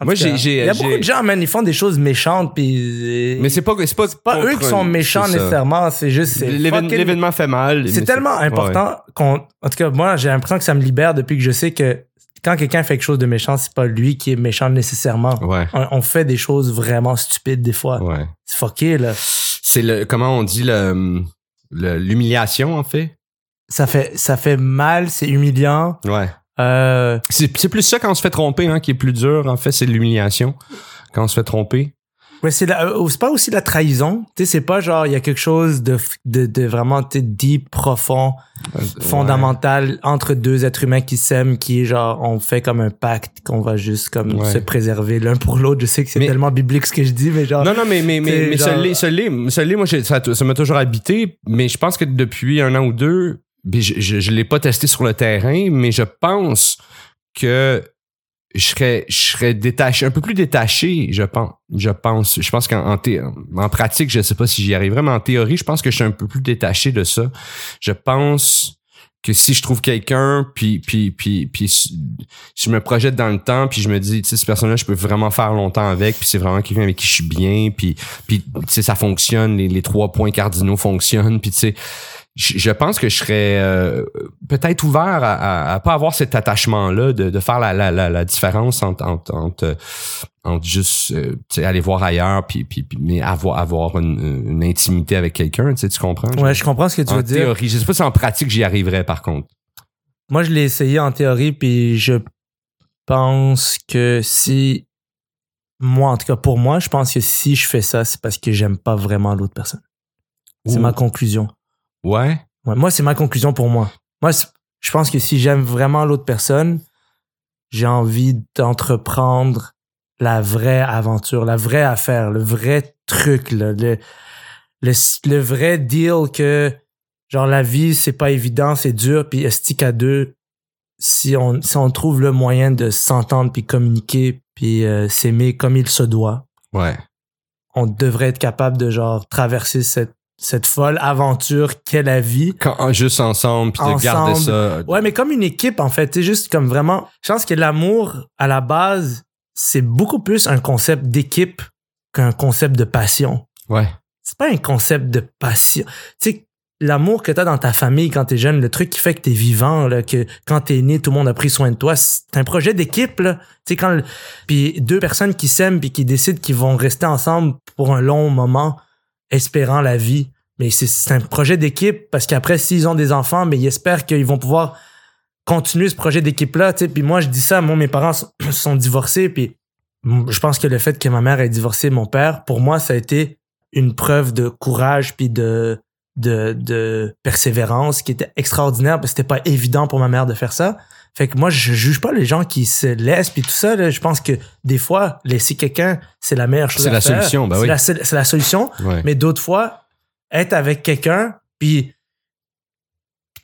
[SPEAKER 2] En
[SPEAKER 3] Moi,
[SPEAKER 2] tout cas,
[SPEAKER 3] j'ai- j'ai-
[SPEAKER 2] Il y a
[SPEAKER 3] j'ai-
[SPEAKER 2] beaucoup de gens, man, ils font des choses méchantes, puis.
[SPEAKER 3] Mais c'est pas, c'est pas,
[SPEAKER 2] c'est pas eux qui sont méchants
[SPEAKER 3] c'est ça.
[SPEAKER 2] nécessairement, c'est juste. c'est
[SPEAKER 3] L'évén-
[SPEAKER 2] fucking-
[SPEAKER 3] L'événement fait mal. mais
[SPEAKER 2] C'est tellement important qu'on. En tout cas, moi, j'ai l'impression que ça me libère depuis que je sais que quand quelqu'un fait quelque chose de méchant, c'est pas lui qui est méchant nécessairement.
[SPEAKER 3] Ouais.
[SPEAKER 2] On, on fait des choses vraiment stupides des fois.
[SPEAKER 3] Ouais. ouais.
[SPEAKER 2] C'est fucké, là.
[SPEAKER 3] C'est le, comment on dit le, le- l'humiliation, en fait.
[SPEAKER 2] Ça fait, ça fait mal, c'est humiliant.
[SPEAKER 3] Ouais.
[SPEAKER 2] Euh,
[SPEAKER 3] C'est, c'est plus ça quand on se fait tromper, hein, qui est plus dur, en fait, c'est l'humiliation. Quand on se fait tromper.
[SPEAKER 2] mais c'est la- euh, c'est pas aussi la trahison. Tu sais, c'est pas genre, il y a quelque chose de, f- de, de vraiment tu sais, deep, profond,
[SPEAKER 3] Euh,
[SPEAKER 2] fondamental entre deux êtres humains qui s'aiment, qui est genre, on fait comme un pacte, qu'on va juste comme
[SPEAKER 3] Ouais.
[SPEAKER 2] se préserver l'un pour l'autre. Je sais que c'est
[SPEAKER 3] Mais-
[SPEAKER 2] tellement biblique ce que je dis, mais genre.
[SPEAKER 3] Non, non, mais, mais, mais,
[SPEAKER 2] T'es
[SPEAKER 3] mais
[SPEAKER 2] genre-
[SPEAKER 3] ça l'est, ça l'est. Ça l'est, moi, j'ai- ça, ça m'a toujours habité, mais je pense que depuis un an ou deux, ben, je, je, je l'ai pas testé sur le terrain, mais je pense que je serais, je serais détaché, un peu plus détaché, je pense. Je pense, je pense qu'en en, thé- en pratique, je sais pas si j'y arriverai, mais en théorie, je pense que je suis un peu plus détaché de ça. Je pense que si je trouve quelqu'un, puis, puis, puis, puis si je me projette dans le temps, puis je me dis, tu sais, cette personne-là, je peux vraiment faire longtemps avec, puis c'est vraiment quelqu'un avec qui je suis bien, puis, puis tu sais, ça fonctionne, les, les trois points cardinaux fonctionnent, puis tu sais, je, je pense que je serais euh, peut-être ouvert à, à, à pas avoir cet attachement-là, de, de faire la, la, la, la différence entre, entre, entre, euh, entre juste euh, tu sais, aller voir ailleurs, puis, puis, puis- mais avoir, avoir une, une intimité avec quelqu'un, tu sais, tu comprends?
[SPEAKER 2] Ouais, je comprends ce que tu
[SPEAKER 3] en
[SPEAKER 2] veux dire.
[SPEAKER 3] théorie, je sais pas si en pratique j'y arriverais par contre.
[SPEAKER 2] Moi, je l'ai essayé en théorie, puis je pense que si. Moi, en tout cas, pour moi, je pense que si je fais ça, c'est parce que j'aime pas vraiment l'autre personne. C'est
[SPEAKER 3] Ouh.
[SPEAKER 2] ma conclusion.
[SPEAKER 3] Ouais.
[SPEAKER 2] Ouais, moi, c'est ma conclusion pour moi. Moi, c'est- je pense que si j'aime vraiment l'autre personne, j'ai envie d'entreprendre la vraie aventure, la vraie affaire, le vrai truc, là, le, le, le vrai deal que, genre, la vie, c'est pas évident, c'est dur, puis estique à deux, si on, si on trouve le moyen de s'entendre, puis communiquer, puis euh, s'aimer comme il se doit,
[SPEAKER 3] Ouais.
[SPEAKER 2] on devrait être capable de, genre, traverser cette, cette folle aventure qu'est la vie.
[SPEAKER 3] Quand, juste ensemble, puis de
[SPEAKER 2] Ensemble.
[SPEAKER 3] garder ça.
[SPEAKER 2] Ouais, mais comme une équipe, en fait. C'est juste comme vraiment. Je pense que l'amour, à la base, c'est beaucoup plus un concept d'équipe qu'un concept de passion.
[SPEAKER 3] Ouais.
[SPEAKER 2] C'est pas un concept de passion. Tu sais, l'amour que t'as dans ta famille quand t'es jeune, le truc qui fait que t'es vivant, là, que quand t'es né, tout le monde a pris soin de toi, c'est un projet d'équipe, là. Tu sais, quand. le- Puis deux personnes qui s'aiment puis qui décident qu'ils vont rester ensemble pour un long moment, espérant la vie. Mais c'est- c'est un projet d'équipe parce qu'après, s'ils ont des enfants, mais ils espèrent qu'ils vont pouvoir continuer ce projet d'équipe-là. tu sais. Puis moi, je dis ça, moi, mes parents sont, sont divorcés. Puis je pense que le fait que ma mère ait divorcé mon père, pour moi, ça a été une preuve de courage puis de, de, de persévérance qui était extraordinaire parce que c'était pas évident pour ma mère de faire ça. Fait que moi, je juge pas les gens qui se laissent puis tout ça. là. Je pense que des fois, laisser quelqu'un, c'est la meilleure chose
[SPEAKER 3] C'est
[SPEAKER 2] à
[SPEAKER 3] la
[SPEAKER 2] faire.
[SPEAKER 3] solution, bah
[SPEAKER 2] C'est
[SPEAKER 3] oui.
[SPEAKER 2] la- C'est c'est la solution.
[SPEAKER 3] Ouais.
[SPEAKER 2] Mais d'autres fois, être avec quelqu'un, puis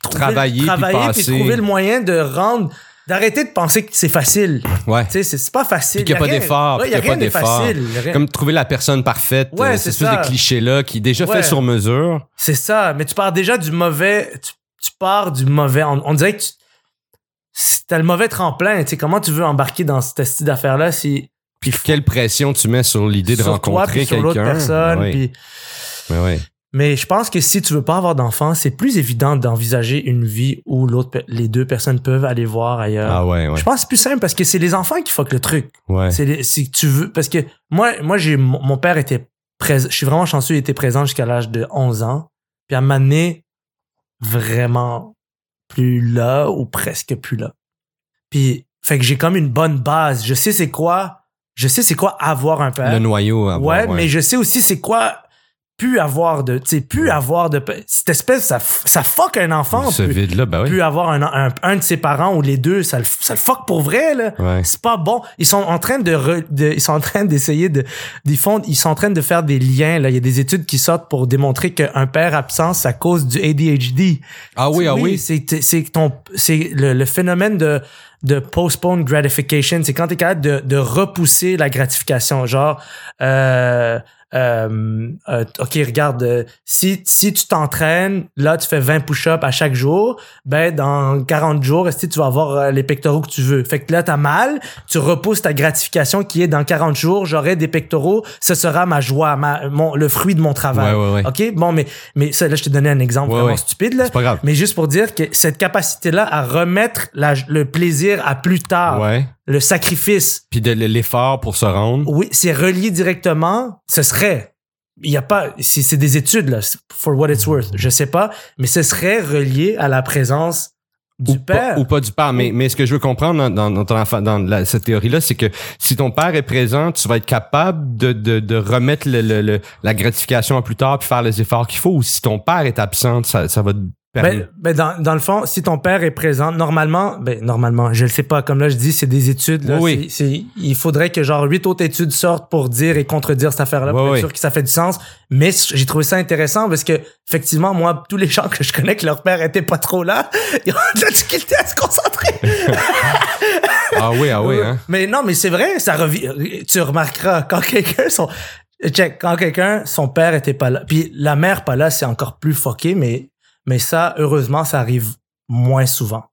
[SPEAKER 2] trouver-
[SPEAKER 3] Travailler, puis passer.
[SPEAKER 2] trouver le moyen de rendre, d'arrêter de penser que c'est facile. Tu
[SPEAKER 3] Ouais.
[SPEAKER 2] sais, c'est c'est pas facile.
[SPEAKER 3] Puis qu'il y a pas
[SPEAKER 2] rien-
[SPEAKER 3] d'effort,
[SPEAKER 2] ouais,
[SPEAKER 3] puis
[SPEAKER 2] y a
[SPEAKER 3] qu'il y a
[SPEAKER 2] rien de
[SPEAKER 3] pas d'effort.
[SPEAKER 2] facile. y a rien-
[SPEAKER 3] Comme trouver la personne parfaite,
[SPEAKER 2] Ouais,
[SPEAKER 3] euh,
[SPEAKER 2] c'est
[SPEAKER 3] c'est espèce
[SPEAKER 2] ça.
[SPEAKER 3] de cliché-là qui est déjà
[SPEAKER 2] Ouais.
[SPEAKER 3] fait sur mesure.
[SPEAKER 2] C'est ça. Mais tu pars déjà du mauvais. Tu, tu pars du mauvais. On, on dirait que tu. c'est- T'as le mauvais tremplin. Tu sais, comment tu veux embarquer dans cette style d'affaires-là si.
[SPEAKER 3] Puis quelle pression tu mets sur l'idée de
[SPEAKER 2] sur toi,
[SPEAKER 3] rencontrer
[SPEAKER 2] puis sur
[SPEAKER 3] quelqu'un.
[SPEAKER 2] l'autre personne.
[SPEAKER 3] Ouais.
[SPEAKER 2] puis-
[SPEAKER 3] Ouais, ouais.
[SPEAKER 2] Mais je pense que si tu veux pas avoir d'enfant, c'est plus évident d'envisager une vie où l'autre, pe- les deux personnes peuvent aller voir ailleurs.
[SPEAKER 3] Ah ouais, ouais.
[SPEAKER 2] Je pense que c'est plus simple parce que c'est les enfants qui fuck le truc.
[SPEAKER 3] Ouais.
[SPEAKER 2] C'est les- si tu veux parce que moi moi j'ai mon mon père était présent, je suis vraiment chanceux, il était présent jusqu'à l'âge de 11 ans. Puis à m'amener vraiment plus là ou presque plus là. Puis fait que j'ai comme une bonne base, je sais c'est quoi, je sais c'est quoi avoir un père.
[SPEAKER 3] Le noyau. ah,
[SPEAKER 2] Ouais,
[SPEAKER 3] bon,
[SPEAKER 2] mais je sais aussi c'est quoi plus avoir de tu sais plus avoir de cette espèce ça f- ça fuck un enfant
[SPEAKER 3] Ce
[SPEAKER 2] plus,
[SPEAKER 3] vide-là, bah oui.
[SPEAKER 2] plus avoir un, un, un de ses parents ou les deux ça le, f- ça le fuck pour vrai là
[SPEAKER 3] Ouais.
[SPEAKER 2] c'est pas bon ils sont en train de, re- de- ils sont en train d'essayer de des fonds ils sont en train de faire des liens là il y a des études qui sortent pour démontrer qu'un père absent ça cause du ADHD
[SPEAKER 3] Ah oui, ah oui.
[SPEAKER 2] c'est c'est ton c'est le, le phénomène de de postpone gratification c'est quand t'es capable de, de repousser la gratification genre euh, euh, euh, OK, regarde, euh, si, si tu t'entraînes, là, tu fais 20 push-ups à chaque jour, ben, dans 40 jours, est-ce que tu vas avoir euh, les pectoraux que tu veux? Fait que là, t'as mal, tu repousses ta gratification qui est dans 40 jours, j'aurai des pectoraux, ce sera ma joie, ma, mon, le fruit de mon travail.
[SPEAKER 3] Ouais, ouais, ouais.
[SPEAKER 2] OK? Bon, mais, mais ça, là, je te donnais un exemple
[SPEAKER 3] Ouais,
[SPEAKER 2] vraiment
[SPEAKER 3] ouais.
[SPEAKER 2] stupide, là.
[SPEAKER 3] C'est pas grave.
[SPEAKER 2] Mais juste pour dire que cette capacité-là à remettre la- le plaisir à plus tard,
[SPEAKER 3] Ouais.
[SPEAKER 2] le sacrifice,
[SPEAKER 3] Puis de l'effort pour se rendre.
[SPEAKER 2] oui, c'est relié directement. Ce serait. Il y a pas. C'est c'est des études, là, for what it's worth. Je sais pas. Mais ce serait relié à la présence du
[SPEAKER 3] ou
[SPEAKER 2] père.
[SPEAKER 3] Pas, ou pas du père. Mais, mais ce que je veux comprendre dans, dans, dans ton enfant- dans la- cette théorie-là, c'est que si ton père est présent, tu vas être capable de, de, de remettre le, le- le- la gratification à plus tard puis faire les efforts qu'il faut. Ou si ton père est absent, ça, ça va te permettre.
[SPEAKER 2] ben, ben, dans, dans le fond, si ton père est présent, normalement, ben, normalement, je le sais pas, comme là, je dis, c'est des études, là.
[SPEAKER 3] Oui, oui.
[SPEAKER 2] c'est- c'est- il faudrait que genre huit autres études sortent pour dire et contredire cette affaire-là, pour
[SPEAKER 3] Oui,
[SPEAKER 2] être
[SPEAKER 3] oui.
[SPEAKER 2] sûr que ça fait du sens. Mais c- j'ai trouvé ça intéressant parce que, effectivement, moi, tous les gens que je connais que leur père était pas trop là, [laughs] ils ont de la difficulté à se concentrer. Ben,
[SPEAKER 3] ah oui, ah oui, hein.
[SPEAKER 2] Euh, Mais non, mais c'est vrai, ça revient. Tu remarqueras quand quelqu'un son check, quand quelqu'un son père était pas là, puis la mère pas là, c'est encore plus fucké. Mais mais ça, heureusement, ça arrive moins souvent.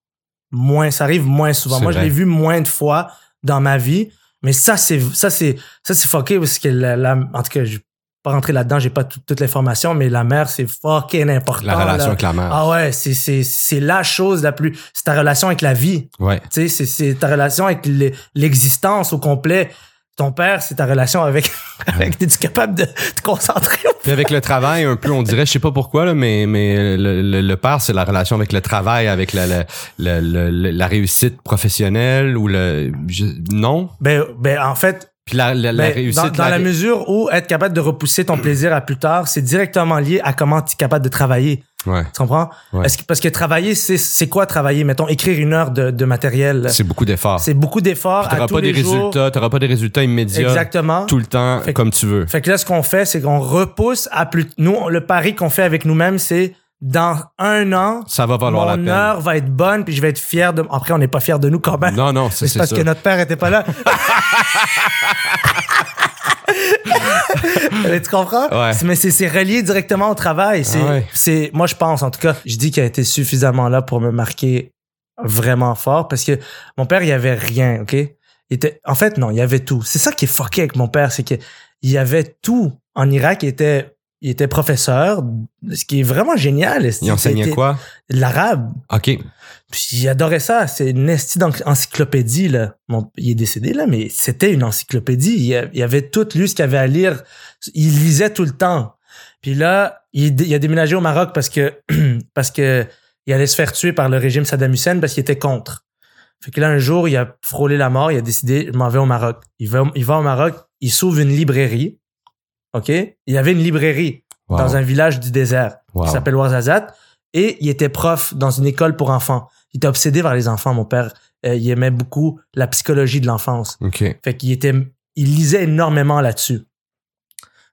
[SPEAKER 2] Moins, ça arrive moins souvent.
[SPEAKER 3] C'est
[SPEAKER 2] Moi, je
[SPEAKER 3] vrai.
[SPEAKER 2] l'ai vu moins de fois dans ma vie. Mais ça, c'est ça, c'est ça, c'est fucké parce que la, la- en tout cas, je vais pas rentrer là-dedans, j'ai pas tout- toute l'information, mais la mère, c'est fucking important.
[SPEAKER 3] La
[SPEAKER 2] là.
[SPEAKER 3] relation avec la mère.
[SPEAKER 2] Ah ouais, c'est c'est c'est la chose la plus. C'est ta relation avec la vie.
[SPEAKER 3] Ouais.
[SPEAKER 2] Tu sais, c'est- c'est ta relation avec le- l'existence au complet. Ton père, c'est ta relation avec. [laughs] avec T'es-tu capable de te concentrer?
[SPEAKER 3] Puis avec le travail, un peu, on dirait, je sais pas pourquoi, là, mais, mais le, le- le père, c'est la relation avec le travail, avec la, la, la, la- la- la réussite professionnelle ou le. je- non.
[SPEAKER 2] Ben, ben en fait,
[SPEAKER 3] Puis la, la, la
[SPEAKER 2] ben,
[SPEAKER 3] réussite.
[SPEAKER 2] dans, dans la mesure où être capable de repousser ton plaisir à plus tard, c'est directement lié à comment tu es capable de travailler.
[SPEAKER 3] Ouais.
[SPEAKER 2] Tu comprends?
[SPEAKER 3] Ouais.
[SPEAKER 2] Est-ce que- parce que travailler, c'est- c'est quoi travailler? Mettons, écrire une heure de, de matériel.
[SPEAKER 3] C'est beaucoup d'efforts.
[SPEAKER 2] C'est beaucoup d'efforts
[SPEAKER 3] Puis t'auras
[SPEAKER 2] à Ah, tous
[SPEAKER 3] pas des
[SPEAKER 2] les jours.
[SPEAKER 3] résultats, t'auras pas des résultats immédiats
[SPEAKER 2] Exactement.
[SPEAKER 3] tout le temps
[SPEAKER 2] Fait que-
[SPEAKER 3] comme tu veux.
[SPEAKER 2] Fait que là, ce qu'on fait, c'est qu'on repousse à plus. Nous, le pari qu'on fait avec nous-mêmes, c'est dans un an,
[SPEAKER 3] Ça va valoir la
[SPEAKER 2] mon
[SPEAKER 3] peine.
[SPEAKER 2] heure va être bonne, puis je vais être fier de. Après, on n'est pas fier de nous quand même.
[SPEAKER 3] Non, non, ça,
[SPEAKER 2] Mais c'est
[SPEAKER 3] c'est
[SPEAKER 2] parce
[SPEAKER 3] ça.
[SPEAKER 2] que notre père était
[SPEAKER 3] [laughs]
[SPEAKER 2] pas là. Mais tu comprends?
[SPEAKER 3] Ouais.
[SPEAKER 2] Mais c'est, c'est relié directement au travail. C'est,
[SPEAKER 3] Ah ouais.
[SPEAKER 2] c'est, moi, je pense, en tout cas, je dis qu'il a été suffisamment là pour me marquer vraiment fort parce que mon père, il y avait rien, OK? Il était, en fait, non, il y avait tout. C'est ça qui est fucké avec mon père, c'est que il y avait tout en Irak. Il était, il était professeur, ce qui est vraiment génial.
[SPEAKER 3] Il enseignait
[SPEAKER 2] C'était
[SPEAKER 3] quoi?
[SPEAKER 2] L'arabe.
[SPEAKER 3] OK.
[SPEAKER 2] Puis il adorait ça. C'est une esti d'encyclopédie, là. Mon- il est décédé, là, mais c'était une encyclopédie. Il, a- il avait tout lu ce qu'il avait à lire. Il lisait tout le temps. Puis là, il, dé- il a déménagé au Maroc parce que, [clears throat] parce que il allait se faire tuer par le régime Saddam Hussein parce qu'il était contre. Fait que là, un jour, il a frôlé la mort. Il a décidé, je m'en vais au Maroc. Il va, il va au Maroc. Il s'ouvre une librairie. OK? Il y avait une librairie
[SPEAKER 3] Wow.
[SPEAKER 2] dans un village du désert
[SPEAKER 3] Wow.
[SPEAKER 2] qui s'appelle Ouarzazate. Et il était prof dans une école pour enfants. Il était obsédé par les enfants, mon père. Euh, il aimait beaucoup la psychologie de l'enfance.
[SPEAKER 3] OK.
[SPEAKER 2] Fait qu'il était, il lisait énormément là-dessus.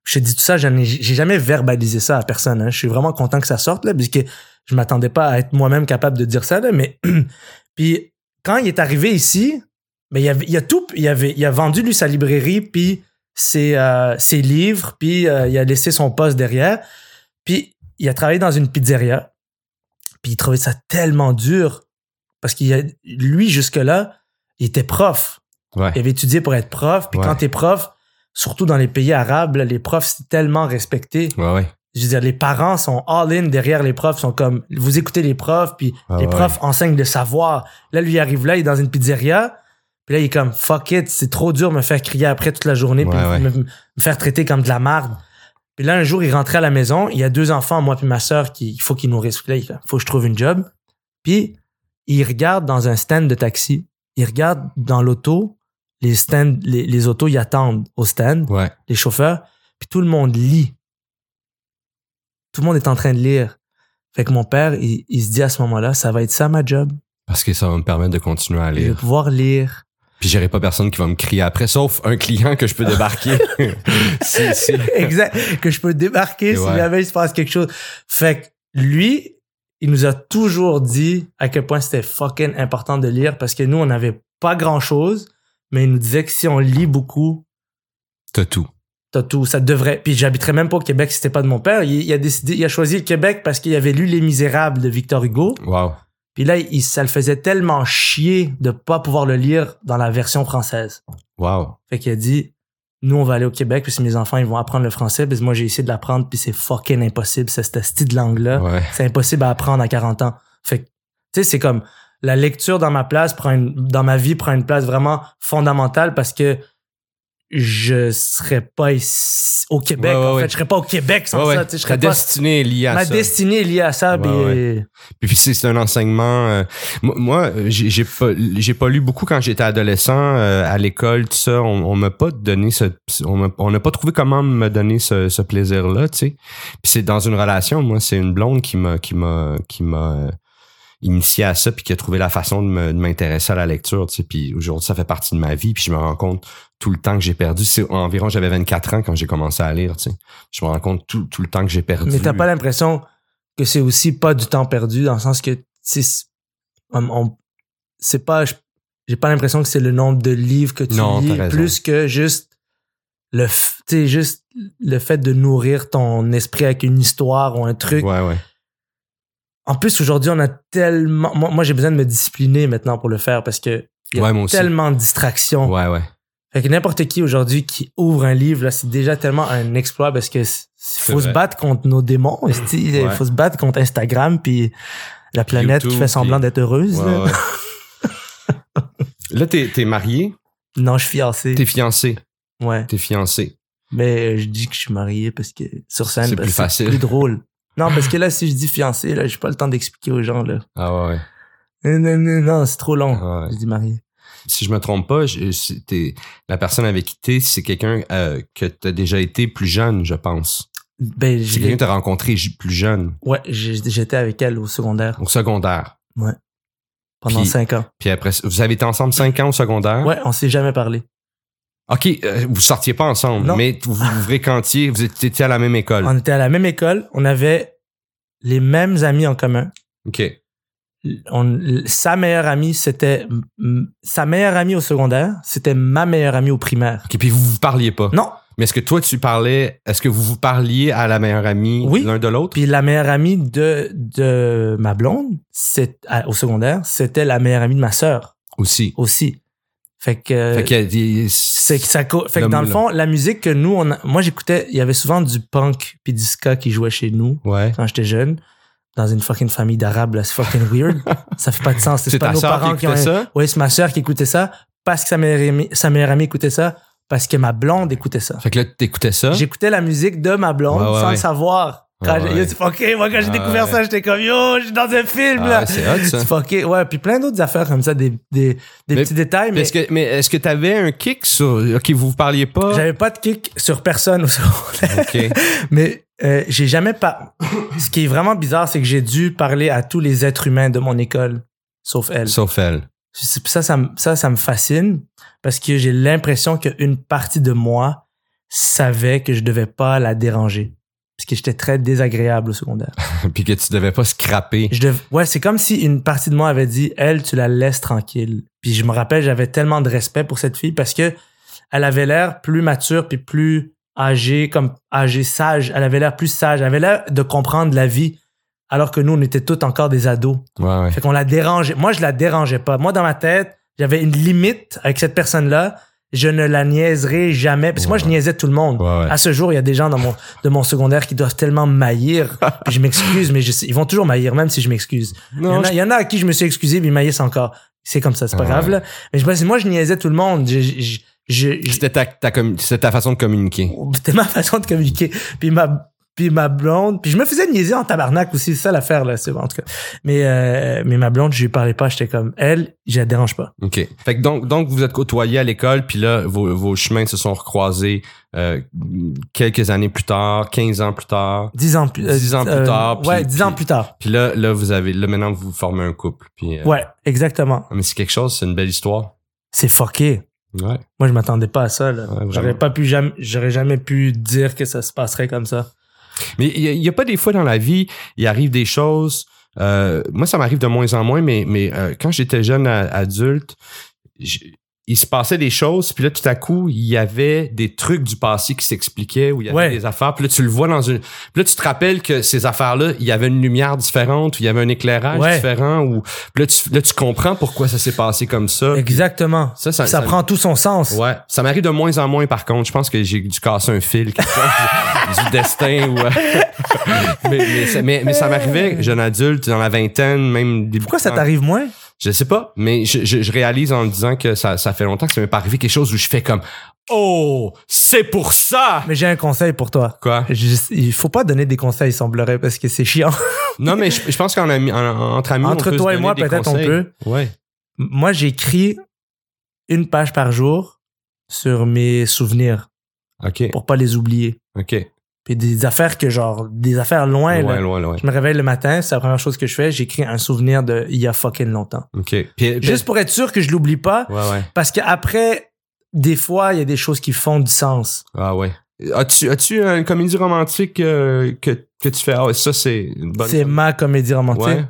[SPEAKER 2] Je te dis tout ça, j'en ai- j'ai jamais verbalisé ça à personne. hein. Je suis vraiment content que ça sorte, là, parce que je m'attendais pas à être moi-même capable de dire ça, là, mais [clears throat] puis quand il est arrivé ici, mais il, y avait, il y a tout, il y avait, il a vendu lui sa librairie, puis ses, euh, ses livres, puis euh, il a laissé son poste derrière, puis il a travaillé dans une pizzeria, puis il trouvait ça tellement dur parce qu'il a- lui jusque là, il était prof.
[SPEAKER 3] Ouais.
[SPEAKER 2] Il avait étudié pour être prof. Puis
[SPEAKER 3] Ouais.
[SPEAKER 2] quand t'es prof, surtout dans les pays arabes, là, les profs, c'est tellement respecté.
[SPEAKER 3] Ouais, ouais.
[SPEAKER 2] Je veux dire, les parents sont all-in derrière les profs, sont comme, vous écoutez les profs, puis
[SPEAKER 3] Ah
[SPEAKER 2] les
[SPEAKER 3] ouais.
[SPEAKER 2] profs enseignent le savoir. Là, lui, il arrive là, il est dans une pizzeria, puis là, il est comme, fuck it, c'est trop dur de me faire crier après toute la journée, puis
[SPEAKER 3] Ouais,
[SPEAKER 2] me-
[SPEAKER 3] ouais.
[SPEAKER 2] Me, me faire traiter comme de la marde. Puis là, un jour, il rentrait à la maison, il y a deux enfants, moi puis ma sœur, qu'il faut qu'ils nourrissent. Puis là, il fait, faut que je trouve une job. Puis, il regarde dans un stand de taxi, il regarde dans l'auto, les stands, les, les autos, ils attendent au stand
[SPEAKER 3] Ouais.
[SPEAKER 2] les chauffeurs, puis tout le monde lit. Tout le monde est en train de lire. Fait que mon père, il, il se dit à ce moment-là, ça va être ça ma job.
[SPEAKER 3] Parce que ça va me permettre de continuer à
[SPEAKER 2] Je vais
[SPEAKER 3] lire.
[SPEAKER 2] pouvoir lire.
[SPEAKER 3] Puis j'aurai pas personne qui va me crier après, sauf un client que je peux débarquer. [laughs]
[SPEAKER 2] [laughs]
[SPEAKER 3] si, si.
[SPEAKER 2] exact. Que je peux débarquer
[SPEAKER 3] Et
[SPEAKER 2] si
[SPEAKER 3] ouais.
[SPEAKER 2] jamais il se passe quelque chose. Fait que lui, il nous a toujours dit à quel point c'était fucking important de lire parce que nous, on n'avait pas grand chose, mais il nous disait que si on lit beaucoup,
[SPEAKER 3] T'as tout.
[SPEAKER 2] T'as tout, ça devrait. Puis j'habiterais même pas au Québec si c'était pas de mon père. Il, il a décidé, il a choisi le Québec parce qu'il avait lu Les Misérables de Victor Hugo.
[SPEAKER 3] Wow.
[SPEAKER 2] Puis là, il, ça le faisait tellement chier de pas pouvoir le lire dans la version française.
[SPEAKER 3] Wow.
[SPEAKER 2] Fait qu'il a dit, nous, on va aller au Québec, puis si mes enfants, ils vont apprendre le français, puis moi, j'ai essayé de l'apprendre, puis c'est fucking impossible, c'est cette style de langue-là.
[SPEAKER 3] Ouais.
[SPEAKER 2] C'est impossible à apprendre à 40 ans. Fait que, tu sais, c'est comme, la lecture dans ma place prend une- dans ma vie prend une place vraiment fondamentale parce que je serais pas ici- au Québec.
[SPEAKER 3] Ouais, ouais,
[SPEAKER 2] en fait,
[SPEAKER 3] ouais.
[SPEAKER 2] je serais pas au Québec sans
[SPEAKER 3] Ouais, ouais.
[SPEAKER 2] ça. tu sais, Je
[SPEAKER 3] Ta
[SPEAKER 2] serais pas,
[SPEAKER 3] destinée est liée à
[SPEAKER 2] ma
[SPEAKER 3] ça.
[SPEAKER 2] destinée est liée à ça.
[SPEAKER 3] Ouais,
[SPEAKER 2] puis-
[SPEAKER 3] ouais. Puis c'est c'est un enseignement. euh, moi- moi, j'ai j'ai pas, j'ai pas lu beaucoup quand j'étais adolescent euh, à l'école, tout ça. On, on m'a pas donné ce, on m'a- on n'a pas trouvé comment me donner ce, ce plaisir-là, tu sais. Puis c'est dans une relation, moi, c'est une blonde qui m'a, qui m'a, qui m'a euh, initié à ça, puis qui a trouvé la façon de me- de m'intéresser à la lecture, tu sais. Puis aujourd'hui, ça fait partie de ma vie, puis je me rends compte tout le temps que j'ai perdu. C'est environ, j'avais 24 ans quand j'ai commencé à lire, tu sais. Je me rends compte tout, tout le temps que j'ai perdu.
[SPEAKER 2] Mais t'as pas l'impression que c'est aussi pas du temps perdu dans le sens que tu sais, c'est on- on- c'est pas je- j'ai pas l'impression que c'est le nombre de livres que tu
[SPEAKER 3] Non,
[SPEAKER 2] lis
[SPEAKER 3] t'as raison.
[SPEAKER 2] plus que juste le f- tu sais, juste le fait de nourrir ton esprit avec une histoire ou un truc.
[SPEAKER 3] Ouais, ouais.
[SPEAKER 2] En plus aujourd'hui on a tellement moi, moi, j'ai besoin de me discipliner maintenant pour le faire parce que il y a
[SPEAKER 3] Ouais, moi aussi.
[SPEAKER 2] tellement de distractions.
[SPEAKER 3] Ouais, ouais.
[SPEAKER 2] Fait que n'importe qui aujourd'hui qui ouvre un livre, là, c'est déjà tellement un exploit parce que c-
[SPEAKER 3] C'est
[SPEAKER 2] faut se
[SPEAKER 3] vrai.
[SPEAKER 2] battre contre nos démons, il
[SPEAKER 3] Ouais.
[SPEAKER 2] faut se battre contre Instagram puis la
[SPEAKER 3] Puis
[SPEAKER 2] planète qui
[SPEAKER 3] YouTube,
[SPEAKER 2] fait semblant
[SPEAKER 3] puis-
[SPEAKER 2] d'être heureuse.
[SPEAKER 3] Ouais,
[SPEAKER 2] là.
[SPEAKER 3] ouais. [laughs] Là, t'es, t'es marié,
[SPEAKER 2] Non, je suis fiancé.
[SPEAKER 3] t'es fiancé,
[SPEAKER 2] Ouais.
[SPEAKER 3] t'es fiancé.
[SPEAKER 2] Mais euh, je dis que je suis marié parce que sur scène,
[SPEAKER 3] C'est
[SPEAKER 2] parce
[SPEAKER 3] plus
[SPEAKER 2] que c'est
[SPEAKER 3] facile.
[SPEAKER 2] plus drôle. Non, parce
[SPEAKER 3] [laughs]
[SPEAKER 2] que là, si je dis fiancé, là, j'ai pas le temps d'expliquer aux gens, là.
[SPEAKER 3] Ah ouais, ouais.
[SPEAKER 2] Non, non, non, non, c'est trop long.
[SPEAKER 3] Ah ouais.
[SPEAKER 2] Je dis marié.
[SPEAKER 3] Si je me trompe pas, je- c'est- t'es- la personne avec qui t'es, c'est quelqu'un euh, que t'as déjà été plus jeune, je pense.
[SPEAKER 2] Ben,
[SPEAKER 3] C'est
[SPEAKER 2] je
[SPEAKER 3] quelqu'un
[SPEAKER 2] l'ai-
[SPEAKER 3] que t'as rencontré j- plus jeune,
[SPEAKER 2] ouais, j'ai- j'étais avec elle au secondaire
[SPEAKER 3] au secondaire.
[SPEAKER 2] pendant
[SPEAKER 3] Puis- Hein?
[SPEAKER 2] cinq ans.
[SPEAKER 3] Puis après, ça- vous avez été ensemble cinq ans au secondaire.
[SPEAKER 2] Ouais, on s'est jamais parlé.
[SPEAKER 3] OK, euh, vous sortiez pas ensemble,
[SPEAKER 2] Non.
[SPEAKER 3] mais vous vous fréquentiez, vous étiez étiez à la même école.
[SPEAKER 2] On était à la même école, on avait les mêmes amis en commun.
[SPEAKER 3] OK.
[SPEAKER 2] On- sa meilleure amie, c'était m- sa meilleure amie au secondaire, c'était ma meilleure amie au primaire.
[SPEAKER 3] OK, puis vous vous parliez pas.
[SPEAKER 2] Non,
[SPEAKER 3] Mais est-ce que toi, tu parlais, est-ce que vous vous parliez à la meilleure amie
[SPEAKER 2] Oui.
[SPEAKER 3] l'un de l'autre?
[SPEAKER 2] puis la meilleure amie de de ma blonde, c'est à- au secondaire, c'était la meilleure amie de ma sœur
[SPEAKER 3] Aussi.
[SPEAKER 2] aussi. Fait que
[SPEAKER 3] fait qu'il y a des-
[SPEAKER 2] c'est que ça co- fait que
[SPEAKER 3] Le
[SPEAKER 2] dans le
[SPEAKER 3] moule.
[SPEAKER 2] fond, la musique que nous on a- moi j'écoutais, il y avait souvent du punk puis du ska qui jouait chez nous
[SPEAKER 3] Ouais.
[SPEAKER 2] quand j'étais jeune dans une fucking famille d'arabes, là, c'est fucking
[SPEAKER 3] [laughs]
[SPEAKER 2] weird. ça fait pas de sens, c'est
[SPEAKER 3] C'est
[SPEAKER 2] pas
[SPEAKER 3] ta
[SPEAKER 2] nos
[SPEAKER 3] sœur qui
[SPEAKER 2] parents qui ont
[SPEAKER 3] écoutait ça?
[SPEAKER 2] Oui, c'est ma sœur qui écoutait ça parce que sa meilleure, amie, sa meilleure amie écoutait ça parce que ma blonde écoutait ça.
[SPEAKER 3] Fait que là, t'écoutais ça.
[SPEAKER 2] J'écoutais la musique de ma blonde
[SPEAKER 3] Hein? Ouais, ouais,
[SPEAKER 2] sans
[SPEAKER 3] ouais.
[SPEAKER 2] le savoir. Quand
[SPEAKER 3] Ouais,
[SPEAKER 2] j'ai-
[SPEAKER 3] ouais.
[SPEAKER 2] c'est fucké, moi, quand j'ai
[SPEAKER 3] Ouais,
[SPEAKER 2] découvert
[SPEAKER 3] ouais.
[SPEAKER 2] ça, j'étais comme yo, je suis dans un film
[SPEAKER 3] Ah,
[SPEAKER 2] là.
[SPEAKER 3] c'est hot, ça.
[SPEAKER 2] [laughs] C'est fucké, ouais. Puis plein d'autres affaires comme ça, des, des, des
[SPEAKER 3] Mais-
[SPEAKER 2] petits détails,
[SPEAKER 3] Mais
[SPEAKER 2] mais
[SPEAKER 3] est-ce que, mais est-ce que t'avais un kick sur, ok, vous vous parliez pas?
[SPEAKER 2] j'avais pas de kick sur personne au secondaire.
[SPEAKER 3] Ok.
[SPEAKER 2] [laughs] Mais euh, j'ai jamais pas. Ce qui est vraiment bizarre, c'est que j'ai dû parler à tous les êtres humains de mon école, sauf elle.
[SPEAKER 3] Sauf elle. [laughs]
[SPEAKER 2] C'est- Ça, ça, me- ça, ça me fascine parce que j'ai l'impression qu'une partie de moi savait que je devais pas la déranger. Parce que j'étais très désagréable au secondaire.
[SPEAKER 3] Puis que tu devais pas scraper.
[SPEAKER 2] Je dev- Ouais, c'est comme si une partie de moi avait dit, elle, tu la laisses tranquille. Puis je me rappelle, j'avais tellement de respect pour cette fille parce que elle avait l'air plus mature puis plus âgée, comme âgée sage. Elle avait l'air plus sage. Elle avait l'air de comprendre la vie. Alors que nous, on était tous encore des ados.
[SPEAKER 3] Ouais, ouais.
[SPEAKER 2] Fait qu'on la dérangeait. Moi, je la dérangeais pas. Moi, dans ma tête, j'avais une limite avec cette personne-là. Je ne la niaiserai jamais. Parce que moi, je
[SPEAKER 3] Ouais.
[SPEAKER 2] niaisais tout le monde.
[SPEAKER 3] Ouais, ouais.
[SPEAKER 2] À ce jour, il y a des gens dans mon, de mon secondaire qui doivent
[SPEAKER 3] [laughs]
[SPEAKER 2] tellement maillir. Puis je m'excuse, mais je sais- ils vont toujours maillir, même si je m'excuse. Il, y en
[SPEAKER 3] Non,
[SPEAKER 2] a- il y en a à qui je me suis excusé, puis ils maillissent encore. C'est comme ça, c'est pas
[SPEAKER 3] Ah,
[SPEAKER 2] grave,
[SPEAKER 3] ouais.
[SPEAKER 2] là. Mais je pense que moi, je niaisais tout le monde. Je- je- je- je-
[SPEAKER 3] c'était ta, ta commu- c'était ta façon de communiquer.
[SPEAKER 2] c'était ma façon de communiquer. Puis ma, puis ma blonde, puis je me faisais niaiser en tabarnak aussi, c'est ça l'affaire là, c'est en tout cas. Mais euh, mais ma blonde, je lui parlais pas, j'étais comme elle, je la dérange pas.
[SPEAKER 3] OK. Fait que donc, donc vous êtes côtoyés à l'école, puis là, vos, vos chemins se sont recroisés euh, quelques années plus tard, 15 ans plus tard.
[SPEAKER 2] Dix ans plus. euh,
[SPEAKER 3] Dix ans plus tard,
[SPEAKER 2] ouais,
[SPEAKER 3] puis-
[SPEAKER 2] dix ans
[SPEAKER 3] puis-
[SPEAKER 2] plus tard.
[SPEAKER 3] Puis là, là, vous avez, là, maintenant, vous formez un couple. Puis, euh,
[SPEAKER 2] Ouais, exactement.
[SPEAKER 3] Mais c'est quelque chose, c'est une belle histoire.
[SPEAKER 2] C'est fucké.
[SPEAKER 3] Ouais.
[SPEAKER 2] Moi, je m'attendais pas à ça là.
[SPEAKER 3] vraiment.
[SPEAKER 2] j'aurais pas pu jamais, j'aurais jamais pu dire que ça se passerait comme ça.
[SPEAKER 3] Mais il n'y a, pas des fois dans la vie, il arrive des choses. euh, moi, ça m'arrive de moins en moins, mais, mais euh, quand j'étais jeune à- adulte, j- il se passait des choses, puis là, tout à coup, il y avait des trucs du passé qui s'expliquaient, ou il y avait
[SPEAKER 2] Ouais.
[SPEAKER 3] des affaires, puis là, tu le vois dans une... Puis là, tu te rappelles que ces affaires-là, il y avait une lumière différente, ou il y avait un éclairage
[SPEAKER 2] Ouais.
[SPEAKER 3] différent, ou... Puis là, tu, là, tu comprends pourquoi ça s'est passé comme ça. puis-
[SPEAKER 2] Exactement.
[SPEAKER 3] Ça, ça-
[SPEAKER 2] ça,
[SPEAKER 3] ça-
[SPEAKER 2] prend tout son sens.
[SPEAKER 3] Ouais, ça m'arrive de moins en moins par contre. Je pense que j'ai dû casser un fil quelque chose, [laughs] du destin ou euh, mais, mais, ça- mais- mais ça m'arrivait jeune adulte dans la vingtaine, même début
[SPEAKER 2] Pourquoi ça
[SPEAKER 3] trente-
[SPEAKER 2] t'arrive moins?
[SPEAKER 3] Je sais pas, mais je, je- je réalise en me disant que ça, ça fait longtemps que ça m'est pas arrivé quelque chose où je fais comme "Oh, c'est pour ça."
[SPEAKER 2] Mais j'ai un conseil pour toi.
[SPEAKER 3] Quoi
[SPEAKER 2] Je- il faut pas donner des conseils, il semblerait, parce que c'est chiant.
[SPEAKER 3] Non, mais je, je pense qu'en ami- en- en- entre amis,
[SPEAKER 2] Entre
[SPEAKER 3] on peut
[SPEAKER 2] toi
[SPEAKER 3] se
[SPEAKER 2] et
[SPEAKER 3] donner
[SPEAKER 2] moi,
[SPEAKER 3] des
[SPEAKER 2] peut-être, on
[SPEAKER 3] conseils.
[SPEAKER 2] peut.
[SPEAKER 3] Ouais.
[SPEAKER 2] Moi, j'écris une page par jour sur mes souvenirs
[SPEAKER 3] OK.
[SPEAKER 2] pour pas les oublier.
[SPEAKER 3] OK.
[SPEAKER 2] Puis des affaires que genre, des affaires loin, là.
[SPEAKER 3] loin, loin, loin.
[SPEAKER 2] Je me réveille le matin, c'est la première chose que je fais, j'écris un souvenir de il y a fucking longtemps.
[SPEAKER 3] OK. Puis-
[SPEAKER 2] Juste pour être sûr que je l'oublie pas,
[SPEAKER 3] Ouais, ouais.
[SPEAKER 2] parce qu'après, des fois, il y a des choses qui font du sens.
[SPEAKER 3] Ah ouais. As-tu as-tu une comédie romantique euh, que, que tu fais Ah ouais, ça c'est une bonne
[SPEAKER 2] C'est ma comédie romantique.
[SPEAKER 3] Ouais.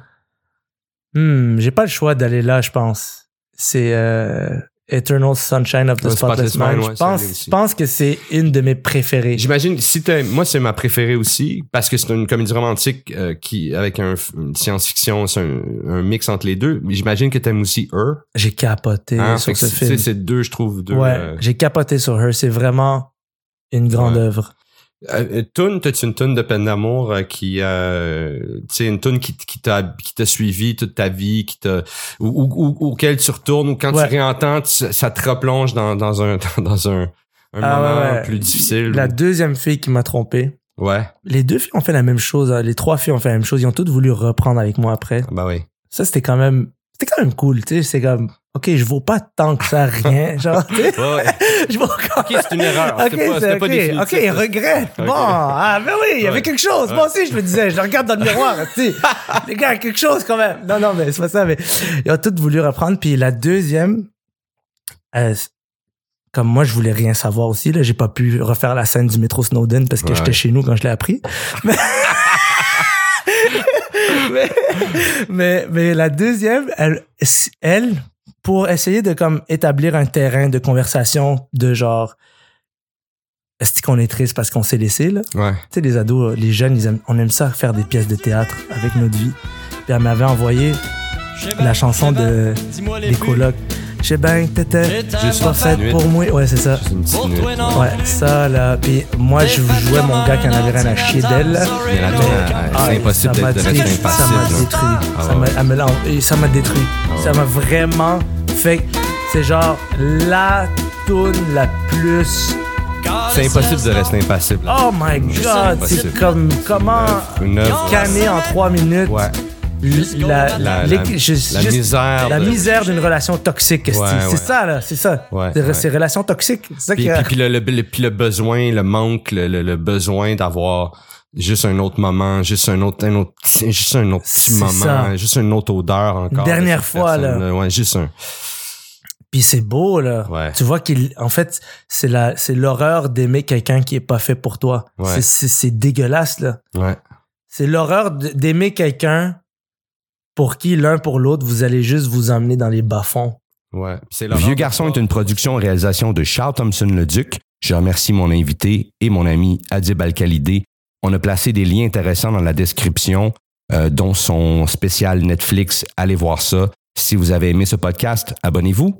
[SPEAKER 2] Hmm, j'ai pas le choix d'aller là, je pense. C'est euh, Eternal Sunshine of the
[SPEAKER 3] Ouais,
[SPEAKER 2] Spotless
[SPEAKER 3] Spotless Mind,
[SPEAKER 2] Mind.
[SPEAKER 3] ouais,
[SPEAKER 2] je,
[SPEAKER 3] ça
[SPEAKER 2] pense,
[SPEAKER 3] l'est aussi.
[SPEAKER 2] je pense que c'est une de mes préférées.
[SPEAKER 3] J'imagine si t'as- moi c'est ma préférée aussi parce que c'est une comédie romantique euh, qui avec un f- une science-fiction, c'est un, un mix entre les deux. Mais j'imagine que t'aimes aussi Her.
[SPEAKER 2] J'ai capoté
[SPEAKER 3] hein, fait
[SPEAKER 2] sur
[SPEAKER 3] que
[SPEAKER 2] ce
[SPEAKER 3] c'est- tu sais,
[SPEAKER 2] film.
[SPEAKER 3] c'est deux, je trouve deux.
[SPEAKER 2] ouais,
[SPEAKER 3] euh,
[SPEAKER 2] j'ai capoté sur Her. C'est vraiment une grande
[SPEAKER 3] Ouais.
[SPEAKER 2] œuvre.
[SPEAKER 3] Euh, Toon, t'as-tu une toune de peine d'amour euh, qui, euh, tu sais, une toune qui, qui t'a qui t'a suivi toute ta vie, qui t'a ou, ou- ou- auquel tu retournes ou quand
[SPEAKER 2] Ouais.
[SPEAKER 3] tu réentends, tu- ça te replonge dans, dans un [laughs] dans, dans un, un
[SPEAKER 2] Ah,
[SPEAKER 3] moment
[SPEAKER 2] ouais, ouais.
[SPEAKER 3] plus difficile.
[SPEAKER 2] La deuxième fille qui m'a trompé.
[SPEAKER 3] Ouais,
[SPEAKER 2] Les deux filles ont fait la même chose. hein. Les trois filles ont fait la même chose. Ils ont toutes voulu reprendre avec moi après.
[SPEAKER 3] bah oui.
[SPEAKER 2] Ça, c'était quand même, c'était quand même cool. Tu sais, c'est comme, ok, je vaux pas tant que ça rien. [laughs] Genre, [laughs] tu sais,
[SPEAKER 3] Ouais, ouais.
[SPEAKER 2] je vaux quand
[SPEAKER 3] Ok, c'est une erreur.
[SPEAKER 2] Ok,
[SPEAKER 3] c'était pas,
[SPEAKER 2] c'est-
[SPEAKER 3] c'était pas
[SPEAKER 2] ok,
[SPEAKER 3] définitif.
[SPEAKER 2] ok, il regrette.
[SPEAKER 3] Ok.
[SPEAKER 2] Bon, ah, ben oui, il y avait
[SPEAKER 3] Ouais.
[SPEAKER 2] quelque chose. Moi aussi, je me disais, je le regarde dans le miroir,
[SPEAKER 3] [laughs]
[SPEAKER 2] tu sais. Les gars, quelque chose quand même. Non, non, mais c'est pas ça, mais ils ont toutes voulu reprendre. Puis la deuxième, euh, c- comme moi, je voulais rien savoir aussi, là, j'ai pas pu refaire la scène du métro Snowden parce que
[SPEAKER 3] Ouais.
[SPEAKER 2] j'étais chez nous quand je l'ai appris. Mais... mais, mais, mais la deuxième, elle, s- elle, pour essayer de comme établir un terrain de conversation de genre, est-ce qu'on est triste parce qu'on s'est laissé, là?
[SPEAKER 3] Ouais.
[SPEAKER 2] Tu sais, les ados, euh, les jeunes, ils aiment- on aime ça faire des pièces de théâtre avec notre vie. Puis elle m'avait envoyé la chanson de des colocs. J'ai ben, t'étais,
[SPEAKER 3] Juste
[SPEAKER 2] pas faite
[SPEAKER 3] nuit.
[SPEAKER 2] pour moi. Ouais, c'est ça.
[SPEAKER 3] C'est une petite nuit.
[SPEAKER 2] Ouais, ça là. Puis moi, je jouais mon gars qui en avait rien à chier d'elle. là.
[SPEAKER 3] Mais la hein, toune, elle- elle-
[SPEAKER 2] Ah,
[SPEAKER 3] c'est impossible
[SPEAKER 2] ça
[SPEAKER 3] de,
[SPEAKER 2] m'a
[SPEAKER 3] de rester
[SPEAKER 2] détruit, Ça
[SPEAKER 3] impassible.
[SPEAKER 2] m'a
[SPEAKER 3] là.
[SPEAKER 2] détruit.
[SPEAKER 3] Ah
[SPEAKER 2] Ça
[SPEAKER 3] ouais. Ah,
[SPEAKER 2] m'a- elle me l'a- et Ça m'a détruit. Ça m'a vraiment fait. C'est genre la tune la plus. euh,
[SPEAKER 3] C'est impossible de rester impassible. là.
[SPEAKER 2] Oh my god! C'est
[SPEAKER 3] impossible.
[SPEAKER 2] comme. Comment.
[SPEAKER 3] Une œuvre.
[SPEAKER 2] Canner en trois minutes.
[SPEAKER 3] Ouais.
[SPEAKER 2] L- La,
[SPEAKER 3] La-
[SPEAKER 2] les-
[SPEAKER 3] la-
[SPEAKER 2] je-
[SPEAKER 3] la
[SPEAKER 2] juste-
[SPEAKER 3] misère
[SPEAKER 2] la
[SPEAKER 3] de-
[SPEAKER 2] misère d'une relation toxique. esti.
[SPEAKER 3] Ouais,
[SPEAKER 2] c'est
[SPEAKER 3] ouais.
[SPEAKER 2] ça, là. C'est ça.
[SPEAKER 3] Ouais,
[SPEAKER 2] c'est
[SPEAKER 3] ouais.
[SPEAKER 2] c'est relation toxique. C'est ça
[SPEAKER 3] Puis,
[SPEAKER 2] qui a-
[SPEAKER 3] puis- puis le, le- le- puis le besoin, le manque, le, le- le besoin d'avoir juste un autre moment, juste un autre, un autre, petit- juste un autre petit
[SPEAKER 2] C'est
[SPEAKER 3] moment,
[SPEAKER 2] ça.
[SPEAKER 3] juste une autre odeur encore. de
[SPEAKER 2] Dernière
[SPEAKER 3] cette
[SPEAKER 2] fois, là.
[SPEAKER 3] personne-là. Ouais, juste un.
[SPEAKER 2] Puis c'est beau, là.
[SPEAKER 3] Ouais.
[SPEAKER 2] Tu vois qu'il, en fait, c'est la, c'est l'horreur d'aimer quelqu'un qui est pas fait pour toi.
[SPEAKER 3] Ouais.
[SPEAKER 2] C'est- C'est, c'est dégueulasse, là.
[SPEAKER 3] Ouais.
[SPEAKER 2] C'est l'horreur de- d'aimer quelqu'un pour qui, l'un pour l'autre, vous allez juste vous emmener dans les bas-fonds.
[SPEAKER 3] Ouais. Puis c'est
[SPEAKER 4] Le
[SPEAKER 3] l'horreur
[SPEAKER 4] Vieux
[SPEAKER 3] de
[SPEAKER 4] garçon
[SPEAKER 3] voir-
[SPEAKER 4] est une production et réalisation de Charles Thompson le Duc. Je remercie mon invité et mon ami Adib Al-Khalidé. On a placé des liens intéressants dans la description, euh, dont son spécial Netflix. Allez voir ça. Si vous avez aimé ce podcast, abonnez-vous